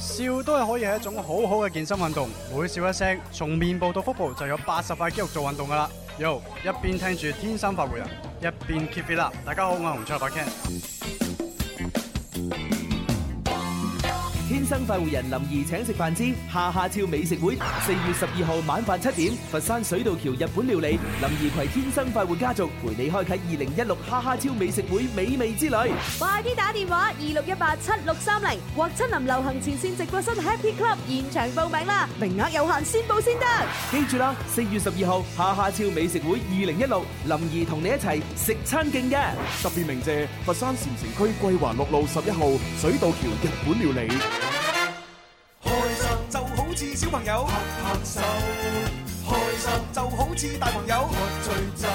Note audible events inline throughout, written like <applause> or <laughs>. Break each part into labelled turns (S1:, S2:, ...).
S1: 笑都係可以係一種好好嘅健身運動，每笑一聲，從面部到腹部就有八十塊肌肉做運動噶啦。Yo，一邊聽住天生發回人，一邊 keep it up。大家好，我係洪卓發 Ken。
S2: 天生快活人林兒請食飯之下下超美食會，四月十二號晚飯七點，佛山水道橋日本料理，林兒攜天生快活家族陪你開啟二零一六哈哈超美食會美味之旅。
S3: 快啲打電話二六一八七六三零或親臨流行前線直播室 Happy Club 現場報名啦，名額有限，先報先得。
S2: 記住啦，四月十二號哈哈超美食會二零一六，林兒同你一齊食餐勁嘅。
S4: 特別鳴謝佛山禪城區桂華六路十一號水道橋日本料理。
S5: 開心就好似小朋友拍拍手，開心就好似大朋友喝醉酒。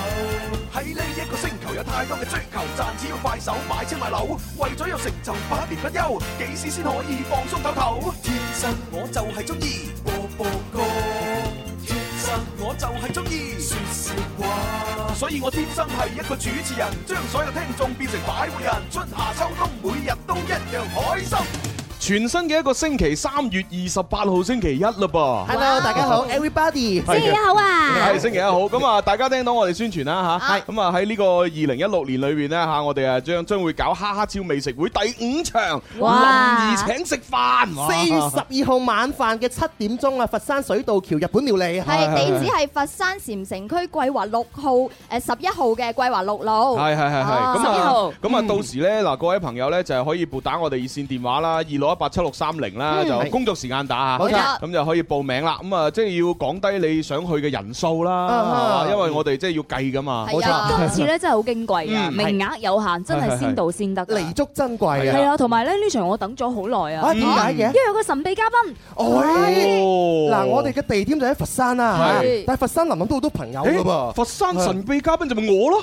S5: 喺呢一個星球有太多嘅追求，賺錢要快手買車買樓，為咗有成就百變不休，幾時先可以放鬆唞唞？天生我就係中意播播歌，天生我就係中意説笑話，所以我天生係一個主持人，將所有聽眾變成擺渡人，春夏秋冬每日都一樣
S6: <laughs>
S5: 開心。
S4: <laughs> 全新嘅一個星期，三月二十八號星期一啦噃。
S7: Hello，大家好，everybody，
S4: 係嘅星期一好
S7: 啊
S4: 啊 <laughs> 係星期一好，咁啊，大家聽到我哋宣傳啦
S7: <laughs>
S4: 吓，
S7: 係
S4: 咁啊喺呢個二零一六年裏邊咧吓，我哋啊將將會搞哈哈超美食會第五場，
S7: 哇
S4: 林兒請食飯，哇
S7: 四月十二號晚飯嘅七點鐘啊，佛山水道橋日本料理
S8: 係地址係佛山禪城區桂華六號誒十一號嘅桂華六路。
S7: 哦
S4: 係係係係，咁
S8: 11號
S4: 啊，咁
S7: 嗯
S4: 啊，到時咧嗱，各位朋友咧就係可以撥打我哋熱線電話啦，二六一八七六三零啦，
S8: 嗯
S4: 就工作時間打嚇，
S7: 冇錯
S4: 咁就可以報名啦。咁啊，即係要講低你想去嘅人數啦
S7: 啊，
S4: 因為我哋即係要計噶嘛。
S8: 係啊，
S7: 冇錯
S8: 今次咧真係好矜貴啊，
S4: 嗯
S8: 名額有限，真係先到先得㗎。
S7: 彌足珍貴
S8: 係
S7: 啊！
S8: 啊，同埋咧呢場我等咗好耐啊
S7: 啊，，點解
S8: 因
S7: 嘅？
S8: 為有個神秘嘉賓，
S7: 哎
S4: 哦
S7: 嗱，我哋嘅地點就喺佛山啦
S8: 係，
S7: 但係佛山林林都好多朋友噶
S4: 誒
S7: 噃。
S4: 佛山神秘嘉賓就咪
S7: <laughs>
S4: 我咯，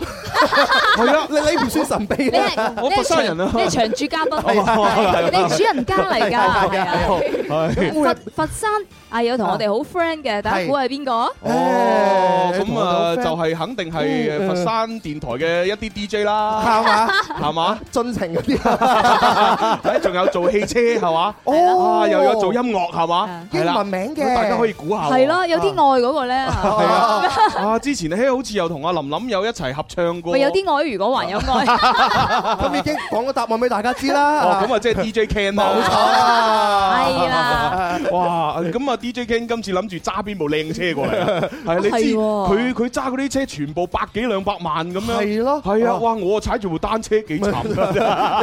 S4: 係啊，
S7: 你你唔算神秘
S8: 你
S7: 啊！
S8: 係
S4: 我佛山人啊
S8: 你係長住
S6: <laughs>
S8: 嘉賓，你係主人家嚟㗎，係啊。
S4: 係。
S8: <laughs>
S4: 哦
S8: 佛佛山啊，有同我哋好 friend 嘅，大家估係邊個？
S4: 哦，咁啊，
S7: 誒
S4: 就係肯定係誒佛山電台嘅一啲 DJ 啦，
S7: 嗯係嘛？
S4: 係嘛？
S7: 盡情嗰啲啊！
S4: <laughs> 誒，仲有做汽車係嘛？
S7: 哦
S4: 啊，又有做音樂係嘛？係
S7: 啊英
S4: 啦
S7: 文，名
S4: 咁
S7: 嘅，
S4: 大家可以估下喎。
S8: 係咯，有啲愛嗰個咧，
S4: 係
S8: 啊
S4: 啊。 <laughs> 啊，之前咧好似又同阿林琳有一齊合唱過。
S8: 喂，有啲愛，如果還有
S4: <laughs>
S8: 愛。
S7: 咁已經講個答案俾大家知
S4: 哦，
S7: 啦。
S4: 咁啊，即係 DJ Ken 啦。
S7: 冇錯啦。
S8: 係啦，
S4: <laughs> 哇！咁啊，DJ Ken 今次諗住揸邊部靚車過
S7: <laughs>
S4: 嚟啊？係你知
S8: 係喎
S4: 佢佢揸嗰啲車全部百幾兩百萬咁樣。
S7: 係咯
S4: 係啊！
S7: 啊
S4: 哇！我踩住部單車幾慘啊 㗎。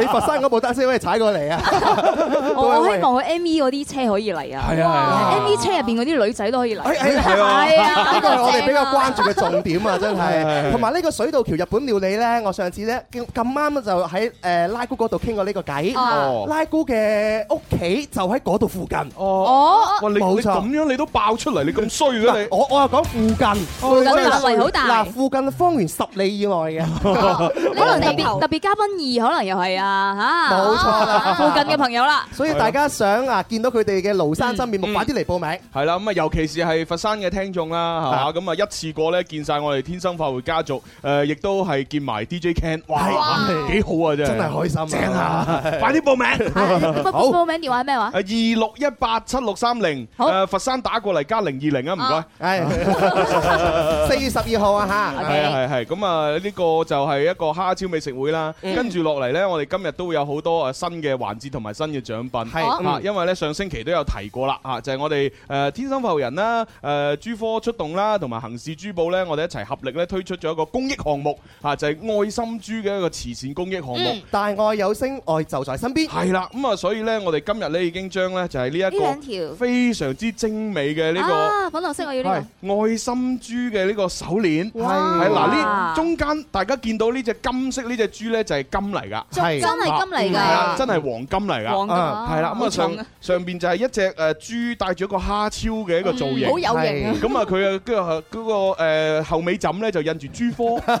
S7: <laughs> 你佛山嗰部單車可以踩過嚟啊！
S8: 我我希望佢 M E 嗰啲車可以嚟啊
S4: 係啊
S8: ，M E 車入邊嗰啲女仔都可以嚟。
S7: 哎哎
S4: 係啊
S8: 係啊，
S7: 呢個係我哋比較關注
S8: 正
S7: 嘅
S8: 啊。
S7: 重點啊，真
S4: 係
S7: 係。同埋呢個水道橋日本料理呢，我上次呢咁咁啱就喺誒拉姑嗰度傾過呢個
S4: 哦
S7: 偈。拉姑嘅屋企就喺嗰度附近。
S4: 哦。
S8: 哦，
S4: 哇！你你
S7: 冇錯
S4: 咁樣你都爆出嚟，你咁衰嘅
S7: 嗱
S4: 你。
S7: 我我又講附近，附
S8: 近啊範圍好大
S7: 嗱，附近方圓十里以內
S4: <laughs>
S7: 嘅， <laughs>
S8: 你可能特別特別嘉賓二可能又係啊嚇，啊
S7: 冇錯啦
S8: 附近嘅朋友啦，
S7: 所以大家想啊見到佢哋嘅廬山真面目，
S4: 嗯
S7: 快啲嚟報名。
S4: 係啦，咁啊，尤其是係佛山嘅聽眾啦，係嘛，咁啊一次過咧見晒我哋天生快活家族，誒，亦都係見埋 DJ Ken，哇，
S7: 係
S4: 幾好啊真係，
S7: 真係開心啊
S4: 正啊！
S7: <laughs>
S4: 快啲報名，誒
S8: 係咁啊
S7: 好
S8: 報名電話係咩話？
S4: 二六一八七六三零，
S8: 好
S4: 誒佛山打過嚟加零二零啊，唔該
S8: 啊。
S4: <laughs>
S7: 係四月十二號啊嚇，
S4: 係啊
S8: OK
S4: 係係，咁啊呢個就係一個蝦超美食會啦。跟住落嚟呢，我哋今日都會有好多誒新嘅環節同埋新嘅獎品。
S7: 係
S8: 哦
S4: 啊，因為呢上星期都有提過啦，啊就係我哋誒天生浮人啦、誒珠科出動啦，同埋恒氏珠寶呢，我哋一齊合力呢推出咗一個公益項目，啊就係愛心珠嘅一個慈善公益項目。
S7: 大愛有聲，愛就在身邊。
S4: 係啦，咁啊，所以呢，我哋今日呢已經將呢就係呢
S8: 呢兩
S4: 一個
S8: 條
S4: 非常之精美嘅呢個。
S8: 啊粉紅色我要呢
S4: 係愛心珠嘅呢個手鏈，係
S8: 哇
S4: 係嗱呢中間大家見到呢只金色呢只珠呢，就係金嚟㗎，
S8: 個，真
S7: 係
S8: 真係金嚟
S4: 係啊
S8: 㗎，
S4: 真係黃金嚟㗎。
S8: 黃金啊
S4: 係啦，咁
S8: 好
S4: 啊
S8: 重
S4: 上
S8: 啊
S4: 上邊就係一隻誒豬帶住一個蝦超嘅一個造型
S8: 好。有型啊！
S4: 咁啊，佢啊，跟住嗰個誒後尾枕咧就印住珠科，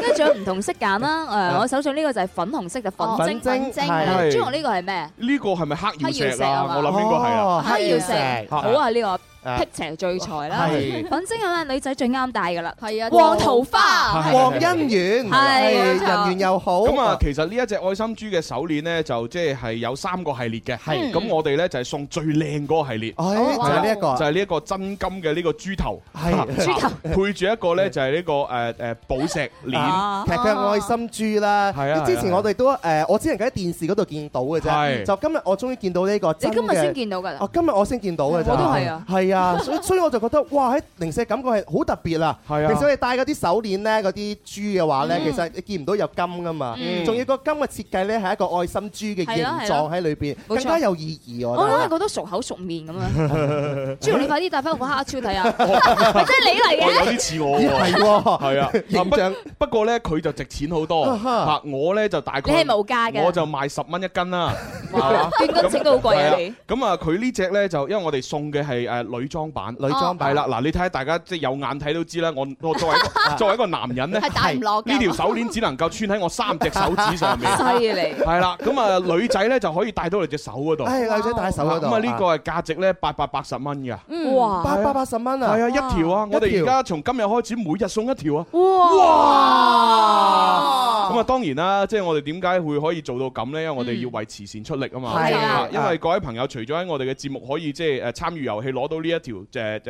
S8: 跟住有唔同色揀啦，誒我手上呢個就係粉紅色就粉晶，
S7: 粉晶
S8: 粉晶
S4: 係
S8: 朱紅呢個係咩？
S4: 呢個係咪黑曜石
S8: 黑曜石啊
S4: 啊？
S8: 嘛
S4: 我諗應該係啦。
S7: 哦
S8: 黑曜
S7: 黑
S8: 石
S7: 曜石
S8: 好啊呢個
S7: 啊
S8: 辟邪聚財啦，
S7: 係
S8: 粉晶咁嘅女仔最啱戴噶啦，
S9: 係啊
S8: 黃桃花。
S4: 係
S7: 黃姻緣，係
S8: 冇錯
S7: 人緣又好。
S4: 咁啊，其實呢一隻愛心珠嘅手鏈呢，就即係有三個系列嘅。
S7: 係
S4: 咁，我哋呢就係送最靚嗰個系列，
S7: 哎，就係呢一個
S4: 就
S7: 啊，
S4: 係呢一個真金嘅呢個豬頭，
S7: 係
S4: 頭 <laughs> 配住一個呢就係呢個誒誒寶石鏈。
S8: 啊
S7: 劇嘅愛心珠啦。
S4: 係啊
S7: 之前我哋都誒，我只能夠喺電視嗰度見到嘅
S4: 係
S7: 啫。就今日我終於見到呢個
S8: 你
S7: 真
S8: 今日先
S7: 嘅。
S8: 見到㗎啦
S7: 哦，，今日我先見到嘅咋，
S8: 我都係啊
S7: 係啊， <laughs> 所以所以我就覺得哇，喺零舍感覺係好特別啦。
S4: 係啊
S7: 平時我哋戴嗰啲手鏈咧，嗰啲珠嘅話咧，其實你見唔到有金噶嘛，
S8: 嗯
S7: 仲要個金嘅設計咧係一個愛心珠嘅
S8: 係啊
S7: 形
S8: 咯係咯
S7: 狀喺裏邊，
S8: 冇錯哦
S7: 更加有意義我
S8: 我
S7: 覺
S8: 硬
S7: 得
S8: 係。覺得熟口熟面咁樣。
S7: <laughs>
S8: 朱紅，你快啲戴翻副黑黑超睇下， <laughs> 係真係你嚟
S4: 哦
S8: 嘅。
S4: 有啲似我
S7: 咦
S4: 喎。
S7: 係喎， <laughs>
S4: 係啊，啊
S7: 形象
S4: 不不過咧佢就值錢好多
S7: 啊哈
S4: 嚇，我咧就大
S8: 你
S4: 概
S8: 係無價嘅，
S4: 我就賣十蚊一斤啦，係
S8: 哇
S4: 嘛
S8: 斷金整到好貴啊
S4: 係
S8: 你
S4: 啊。咁啊，佢呢只咧就因為我哋送嘅係誒女裝版。
S8: 哦
S7: 女裝
S4: 係
S7: 版
S4: 啦，嗱，你睇下大家即係有眼睇都知啦，我
S8: <laughs>
S4: 我作為一個作為一個男人咧，
S9: 係戴唔落㗎
S4: 呢條手鏈只能夠穿喺我三隻手指上面，
S8: <laughs> 犀利。
S4: 係啦，咁啊女仔咧就可以戴到你隻手嗰度，
S7: 唉，女仔戴手嗰度。
S4: 咁啊呢個係價值咧八百八十蚊㗎，
S8: 哇！
S7: 八百八十蚊啊！
S4: 係啊一
S8: 嗯
S4: 條啊，我哋
S7: 一條
S4: 而家從今日開始每日送一條啊。
S8: 哇！
S4: 咁啊，當然啦，即係我哋點解會可以做到咁呢？因為我哋要為慈善出力啊嘛。
S7: 係
S8: 嗯啊
S4: 因為各位朋友除咗喺我哋嘅節目可以即呃係誒參與遊戲攞到呢一呃條誒誒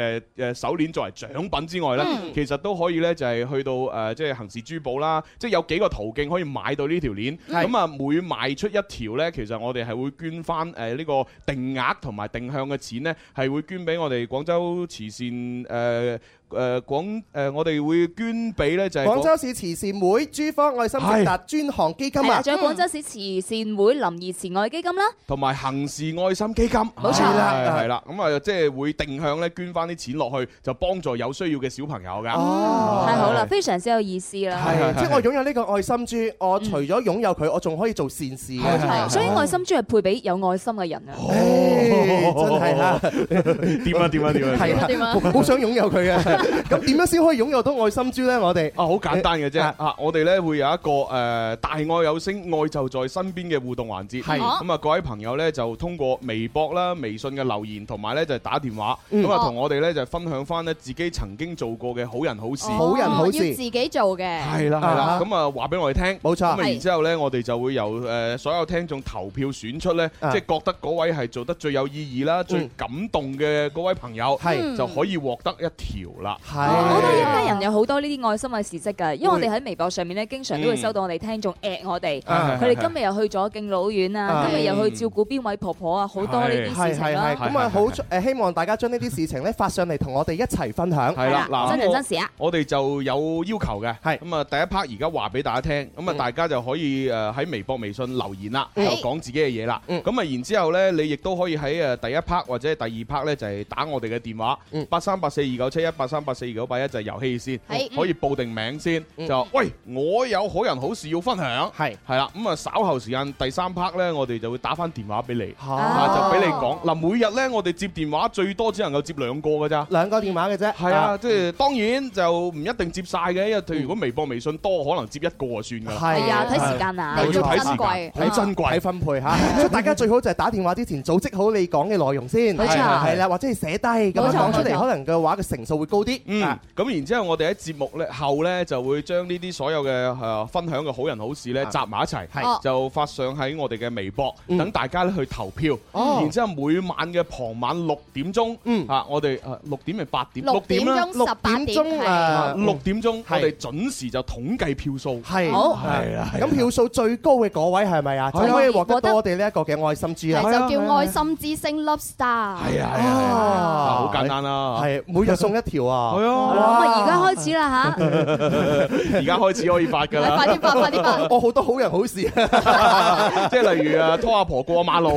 S4: 誒手鏈作為獎品之外呢，其實都可以呢，就係去到誒即係行事珠寶啦，即係有幾個途徑可以買到呢條鏈。
S7: 係
S4: 咁啊，每賣出一條呢，其實我哋係會捐翻誒呢個定額同埋定向嘅錢呢，係會捐俾我哋廣州慈善呃誒誒廣誒，呃我哋會捐俾呢，就係
S7: 廣州市慈善會珠江愛心直達專項基金
S8: 係啦，
S7: 啊！
S8: 仲有廣州市慈善會林怡慈愛基金啦，
S4: 同埋行事愛心基金，冇
S8: 錯
S7: 啦
S4: 係啦，咁啊，即係會定向咧捐翻啲錢落去，就幫助有需要嘅小朋友㗎。
S7: 哦
S8: 太好啦，非常之有意思啦。
S7: 係，即係我擁有呢個愛心珠，我
S4: 嗯
S7: 除咗擁有佢，我仲可以做善事。冇
S8: 係，所以愛心珠係配俾有愛心嘅人啊。
S7: 嗯真係啦，
S4: <laughs> 點啊點啊點啊！
S7: 係
S4: 點啊
S9: 點
S7: 啊，
S9: 啊
S7: 好好想擁有佢
S4: <laughs>
S7: 啊！咁點樣先可以擁有到愛心珠咧？我哋
S4: 啊，好簡單嘅啫
S7: 啊
S4: 啊！我哋咧會有一個誒、呃大愛有聲，愛就在身邊嘅互動環節。
S7: 係
S4: 咁啊，各位朋友咧就通過微博啦、微信嘅留言，同埋咧就係打電話，
S7: 嗯
S4: 咁啊同我哋咧就分享翻咧自己曾經做過嘅好人好事。
S7: 好人好事
S9: 哦要自己做嘅，
S4: 係啦係
S7: 啊
S4: 啦，
S7: 哈
S4: 咁啊話俾我哋聽，
S7: 冇錯
S4: 咁啊然之後咧，我哋就會由誒所有聽眾投票選出咧，即
S7: 啊嗯
S4: 係覺得嗰位係做得最有意義啦、最感動嘅嗰位朋友，
S7: 係
S4: 就可以獲得一條啦。
S8: 我覺得一
S7: 係
S8: 家人有好多呢啲愛心嘅事蹟㗎，因為我哋喺微博上面咧，經常都會收到我哋聽眾 at 我哋，
S7: 啊
S8: 佢哋今日又去咗敬老院啊，
S7: 啊
S8: 今日又去照顧邊位婆婆啊，好多呢啲
S7: 係
S8: 事情
S7: 係
S8: 啦
S7: 係，。咁啊好誒，希望大家將呢啲事情咧發上嚟，同我哋一齊分享。
S4: 係啦，嗱
S8: 真人真
S4: 咁
S8: 事啊！
S4: 我我哋就有要求嘅，
S7: 係
S4: 咁啊第一 part 而家話俾大家聽，咁啊大家就可以誒喺微博、微信留言啦，就
S9: 嗯
S4: 講自己嘅嘢啦。
S7: 嗯
S4: 咁啊然之後咧，你亦都可以喺誒呃第一 part 或者係第二 part 咧，就係打我哋嘅電話
S7: 嗯
S4: 八三八四二九七一八三八四二九八一就係遊戲先，
S9: 係嗯
S4: 可以報定名先，
S7: 嗯
S4: 就話喂我有好人好事要分享，
S7: 係
S4: 係啦，咁啊稍後時間第三 part 咧，我哋就會打翻電話俾你。
S7: 嚇
S8: 啊
S4: 啊！就俾你講嗱，每日咧我哋接電話最多只能夠接兩個㗎咋，
S7: 兩個電話嘅啫。
S4: 係啊，即係當然就唔一定接晒嘅，因為譬如如果微博、微信多，可能接一個就算㗎啦。
S8: 係
S7: 係
S8: 啊，
S7: 啊
S8: 睇時間啊
S9: 係。
S4: 我要睇時
S9: 珍貴
S4: 間，好
S7: 睇
S4: 珍貴。
S7: 分
S4: <laughs>
S7: 配嚇，所以大家最好就係打電話之前組織好你講嘅內容先，
S8: 冇錯
S7: 係啦，或者係寫低咁樣
S9: 冇錯
S7: 講出
S9: 冇
S7: 嚟，
S9: 錯
S7: 可能嘅話嘅成數會高啲。
S4: 嗯
S7: 啊，
S4: 咁然之後，我哋喺節目咧後咧就會將呢啲所有嘅誒分享嘅好人好事咧集埋一
S9: 係
S4: 齊，就發上喺我哋嘅微博，
S7: 啊嗯
S4: 等大家咧去投票。
S7: 哦
S4: 然之後每晚嘅傍晚六點
S7: 嗯
S4: 鐘，啊，我哋誒六點咪八點
S9: 六點
S4: 啦，
S9: 鐘十八
S7: 點鐘
S9: 點
S7: 啊
S9: 係
S4: 六點鐘我
S7: 係
S4: 哋準時就統計票數。啊
S7: 係啊
S9: 好
S4: 係啦係啦
S7: 咁票數最高嘅嗰位係咪啊？就
S4: 係啊
S7: 可以獲得到我哋呢一個嘅愛心珠
S9: 係
S7: 啊！
S9: 就叫愛心之星 Love Star，
S4: 係啊，係啊，啊
S7: 啊
S4: 好簡，單啦。
S7: 係每日送一條啊！
S4: 係啊。
S8: 咁啊，而家開始啦吓，
S4: <laughs> 而家開始可以發㗎
S9: <laughs> 快
S4: 啦，
S9: 啲發，快
S7: <laughs>
S9: 啲發！
S7: 我好多好人好事啊！
S4: <laughs> 即係例如啊拖阿婆過馬路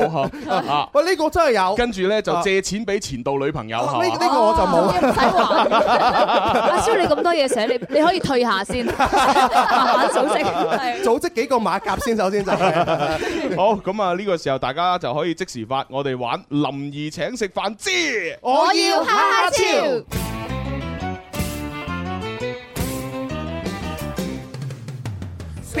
S7: <laughs>
S4: 嚇啊，
S7: 喂，呢個真係有，
S4: 跟住咧就借錢俾前度女朋友
S7: 哦呢
S4: 嚇。
S7: 呢個我就
S9: 仲
S7: 冇。
S9: 要唔使還，
S8: 阿蕭你咁多嘢寫，你你可以退下先，慢慢組織。
S7: <laughs>
S8: 係
S7: 組織幾個馬甲先，首先就係
S4: <laughs> 好咁啊，呢個時候大家就可以即時發，我哋玩林兒請食飯之。哦
S7: 我
S9: 要哈哈超
S5: 食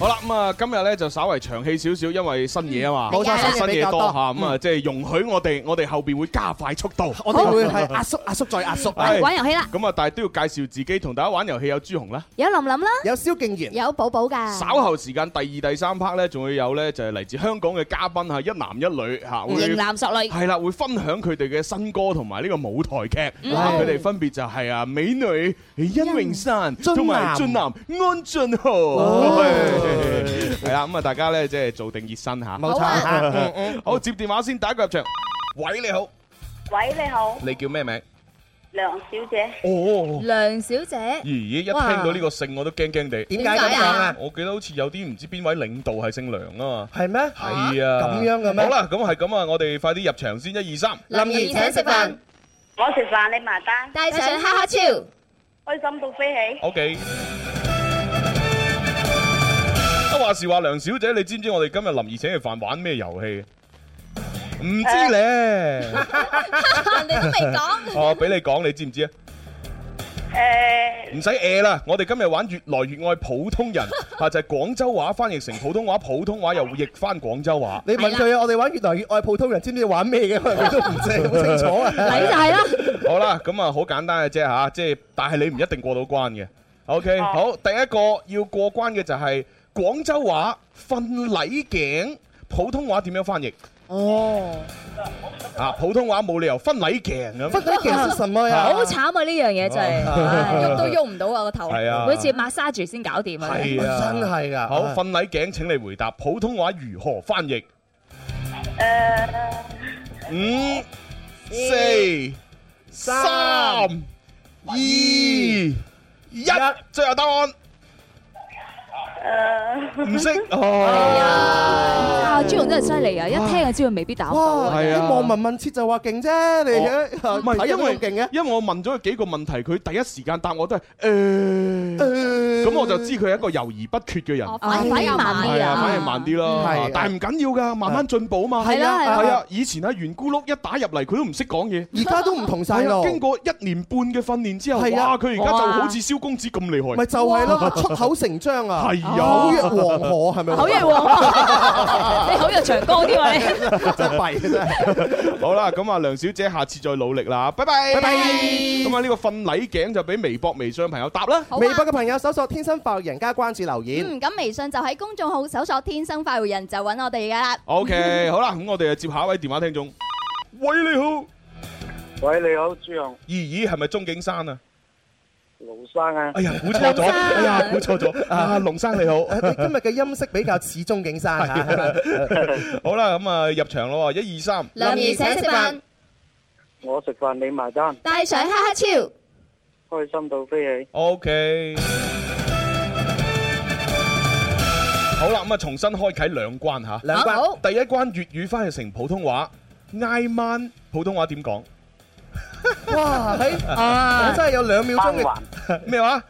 S4: 好啦，咁啊，今日咧就稍微長氣少少，因為新嘢啊嘛，
S7: 冇錯
S4: 啊
S7: 嗯新嘢
S4: 新
S7: 比
S4: 嘢
S7: 較
S4: 多
S7: 多嗯
S4: 嚇，咁啊，即係容許我哋，我哋後邊會加快速度，
S7: 我哋會係壓縮、壓縮再壓縮。
S4: 係
S8: 玩遊戲啦，
S4: 咁啊，但係都要介紹自己，同大家玩遊戲有朱紅啦。
S8: 有林林啦，
S7: 有蕭敬元，
S8: 有寶寶㗎，
S4: 稍後時間第二、第三 part 咧，仲會有咧就係嚟自香港嘅嘉賓啊嚇，一男一女嚇，
S8: 嗯型
S4: 會
S8: 男索女，
S4: 係啦，會分享佢哋嘅新歌同埋呢個舞台劇，
S8: 嗯
S4: 啊佢哋分別就係啊美女殷詠珊
S7: 俊
S4: 同埋
S7: 男
S4: 俊男安俊豪，係啦，咁啊大家咧即係做定熱身嚇。
S7: 冇
S8: 好啊
S7: 錯。
S4: <laughs> 好，接電話先，第一個入場。喂，你好，
S6: 喂，你好，
S4: 你叫咩名？
S6: 梁小姐，
S4: 哦，
S8: 梁小姐，
S4: 咦，一聽
S8: 哇
S4: 到呢個姓我都驚驚地。
S7: 點解咁講啊？
S4: 我記得好似有啲唔知邊位領導係姓梁啊嘛。
S7: 係咩？
S4: 係啊。
S7: 咁樣嘅咩
S4: 好啦，咁係咁啊，我哋快啲入場先，一二三。
S7: 林怡請食飯，
S6: 我食飯你埋單，
S8: 帶上哈哈超，
S6: 開心到飛起。
S4: O K。啊話時話，梁小姐，你知唔知我哋今日林怡請嘅飯玩咩遊戲？唔知咧。
S8: 你都未講，
S4: <laughs> 哦，俾你講，你知唔知啊？
S6: 誒，
S4: 唔使誒啦，我哋今日玩越來越愛普通人 <laughs> 啊，就係廣州話翻譯成普通話，普通話又譯翻廣州話。
S7: 你問佢啊，我哋玩越來越愛普通人，知唔知玩咩嘅？佢都唔知，好清楚啊！
S8: 你就係啦，
S4: 好啦，咁啊好簡單嘅啫嚇，即係但係你唔一定過到關嘅。OK，好，第一個要過關嘅就係廣州話瞓禮頸，普通話點樣翻譯？
S8: 哦，
S4: 啊，普通話冇理由分禮頸咁
S7: 分。體其實什麼呀？
S8: 好慘啊！呢樣嘢真係，唉喐都喐唔到啊個頭，
S4: 係啊
S8: 每次抹沙住先搞掂啊，
S4: 係啊，
S7: 真係㗎！
S4: 好，瞓禮頸請你回答普通話如何翻譯？五、四、三、二、一，最後答案。唔識哦，
S8: 啊朱紅真係犀利啊！一聽就知佢未必答到
S7: 哇！
S8: 啊，
S4: 係啊
S7: 啲網民問切就話勁啫，你
S4: 哦
S7: 睇
S4: 唔係
S7: 睇
S4: Ờ. 因
S7: 得
S4: 為
S7: 咁勁嘅。
S4: 因為我問咗佢幾個問題，佢第一時間答我都係
S7: Ờ.
S4: 誒，
S7: 咁
S4: 咁我就知佢係一個猶豫不決嘅人，
S9: 哦
S8: 啊
S9: 反應慢
S8: 係
S9: 啲
S4: 係啊，
S9: 啊，
S4: 反而慢啲咯
S7: Ờ. 係啊，
S4: 但係唔緊要㗎，慢慢進步啊嘛。
S8: 係啦係啦
S4: 係啊，以前啊圓咕碌一打入嚟，佢都唔識講嘢。
S7: 而家都唔同晒
S4: 係啊，
S7: 咯，
S4: 經過一年半嘅訓練之後，
S7: 係啊
S4: 哇！佢而家就好似蕭公子咁厲害
S7: 咪。就係
S4: <laughs>
S7: 咯，出口成章啊！
S4: 係啊
S7: 口若黃河係咪？
S8: 口若 <laughs> 喎，你口若長江添啊你。
S7: <laughs> 真係弊啊真係。
S4: 好啦，咁啊，梁小姐，下次再努力啦，拜拜，拜拜。咁啊，呢個瞓禮頸就俾微博、微信朋友答啦。
S9: 好
S7: 微博
S9: 啊。
S7: 嘅朋友搜索天生快活人加關注留言。
S9: 嗯，咁微信就喺公眾號搜索「天生快活人」就揾我哋噶啦。
S4: OK，好啦，咁我哋就接下一位電話聽眾。喂，你好，
S10: 喂，你好，朱紅，
S4: 咦咦，係咪鐘景山啊？
S10: 盧生啊，
S4: 哎呀，估錯咗，哎呀，估錯咗。啊，龍生你好，
S7: 哦
S4: 啊
S7: 誒今日嘅音色比較似鐘景山啊嚇，
S4: <laughs> 好啦，咁啊，入場咯，一二三，
S7: 林怡請食飯，
S10: 我食飯你埋單，
S9: 帶上哈哈超，
S10: 開心到飛起。
S4: OK。好啦，咁啊，重新開啟兩關吓。
S7: 兩關
S4: 好第一關粵語翻譯成普通話，挨晚普通話點講？
S7: 哇！喺
S4: À,
S7: 我
S4: <laughs>
S7: 真係有兩秒
S10: 班
S7: 鐘嘅
S10: 環，
S4: 咩話？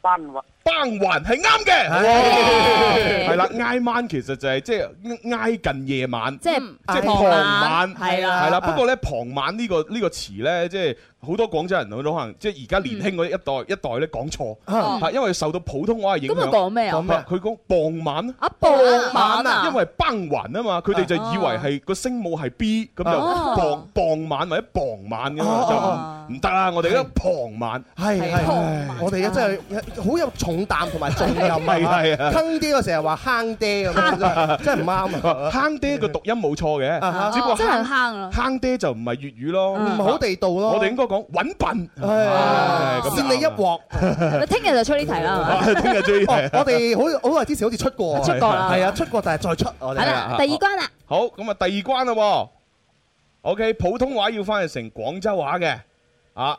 S10: 班環，
S4: 班環係啱
S8: <laughs>
S4: 嘅，係啦，挨晚其實就係即係挨近夜晚，
S8: 嗯即係
S4: 即係
S8: 傍
S4: 傍
S8: 晚
S4: 晚，
S8: 係啦
S4: 係啦。不過咧，傍晚呢個呢個詞咧，即係好多廣州人都可能即係而家年輕嗰一代一代咧講錯，
S7: 啊
S4: 係因為受到普通話嘅影
S8: 哦咁佢
S4: 響。
S8: 講咩啊
S7: 講？咩啊
S4: 佢講傍晚。
S8: 啊，傍晚啊，
S4: 因為崩環啊嘛，佢哋就以為係個聲母係 B，咁就
S8: 哦
S4: 傍傍晚或者傍晚咁
S8: 哦
S4: 嘛，就唔唔得啦。我哋咧傍晚，
S7: 係係
S8: 傍
S7: 係，我哋而家真係好有重擔同埋重任啊！
S4: <laughs> 係係啊
S7: 坑爹我成日話坑爹咁
S4: <laughs>
S7: 樣，真係真係唔啱啊！
S4: 坑爹個讀音冇錯
S7: 啊
S4: 嘅，
S7: 哈
S4: 只不過
S8: 真係
S4: 坑
S8: 坑啊啦，
S4: 坑爹就唔係粵語咯，
S7: 唔好地道咯，
S4: 我哋應該講揾笨，
S7: 唉
S4: 唉咁就
S7: 扇你一
S4: 啱啦
S7: 鑊。
S8: 你聽日就出呢題
S4: <laughs>
S8: 啦。
S4: 啊聽日追
S7: 哦，我哋好好耐之前好似出過啊，
S8: 出過啦
S7: 係啊，出過，但係再出我
S8: 係
S7: 哋
S8: 咪係
S7: 係
S8: 啦，
S7: 啊
S8: 第二關啦，
S4: 好咁啊，第二關啦喎。OK，普通話要翻譯成廣州話嘅啊。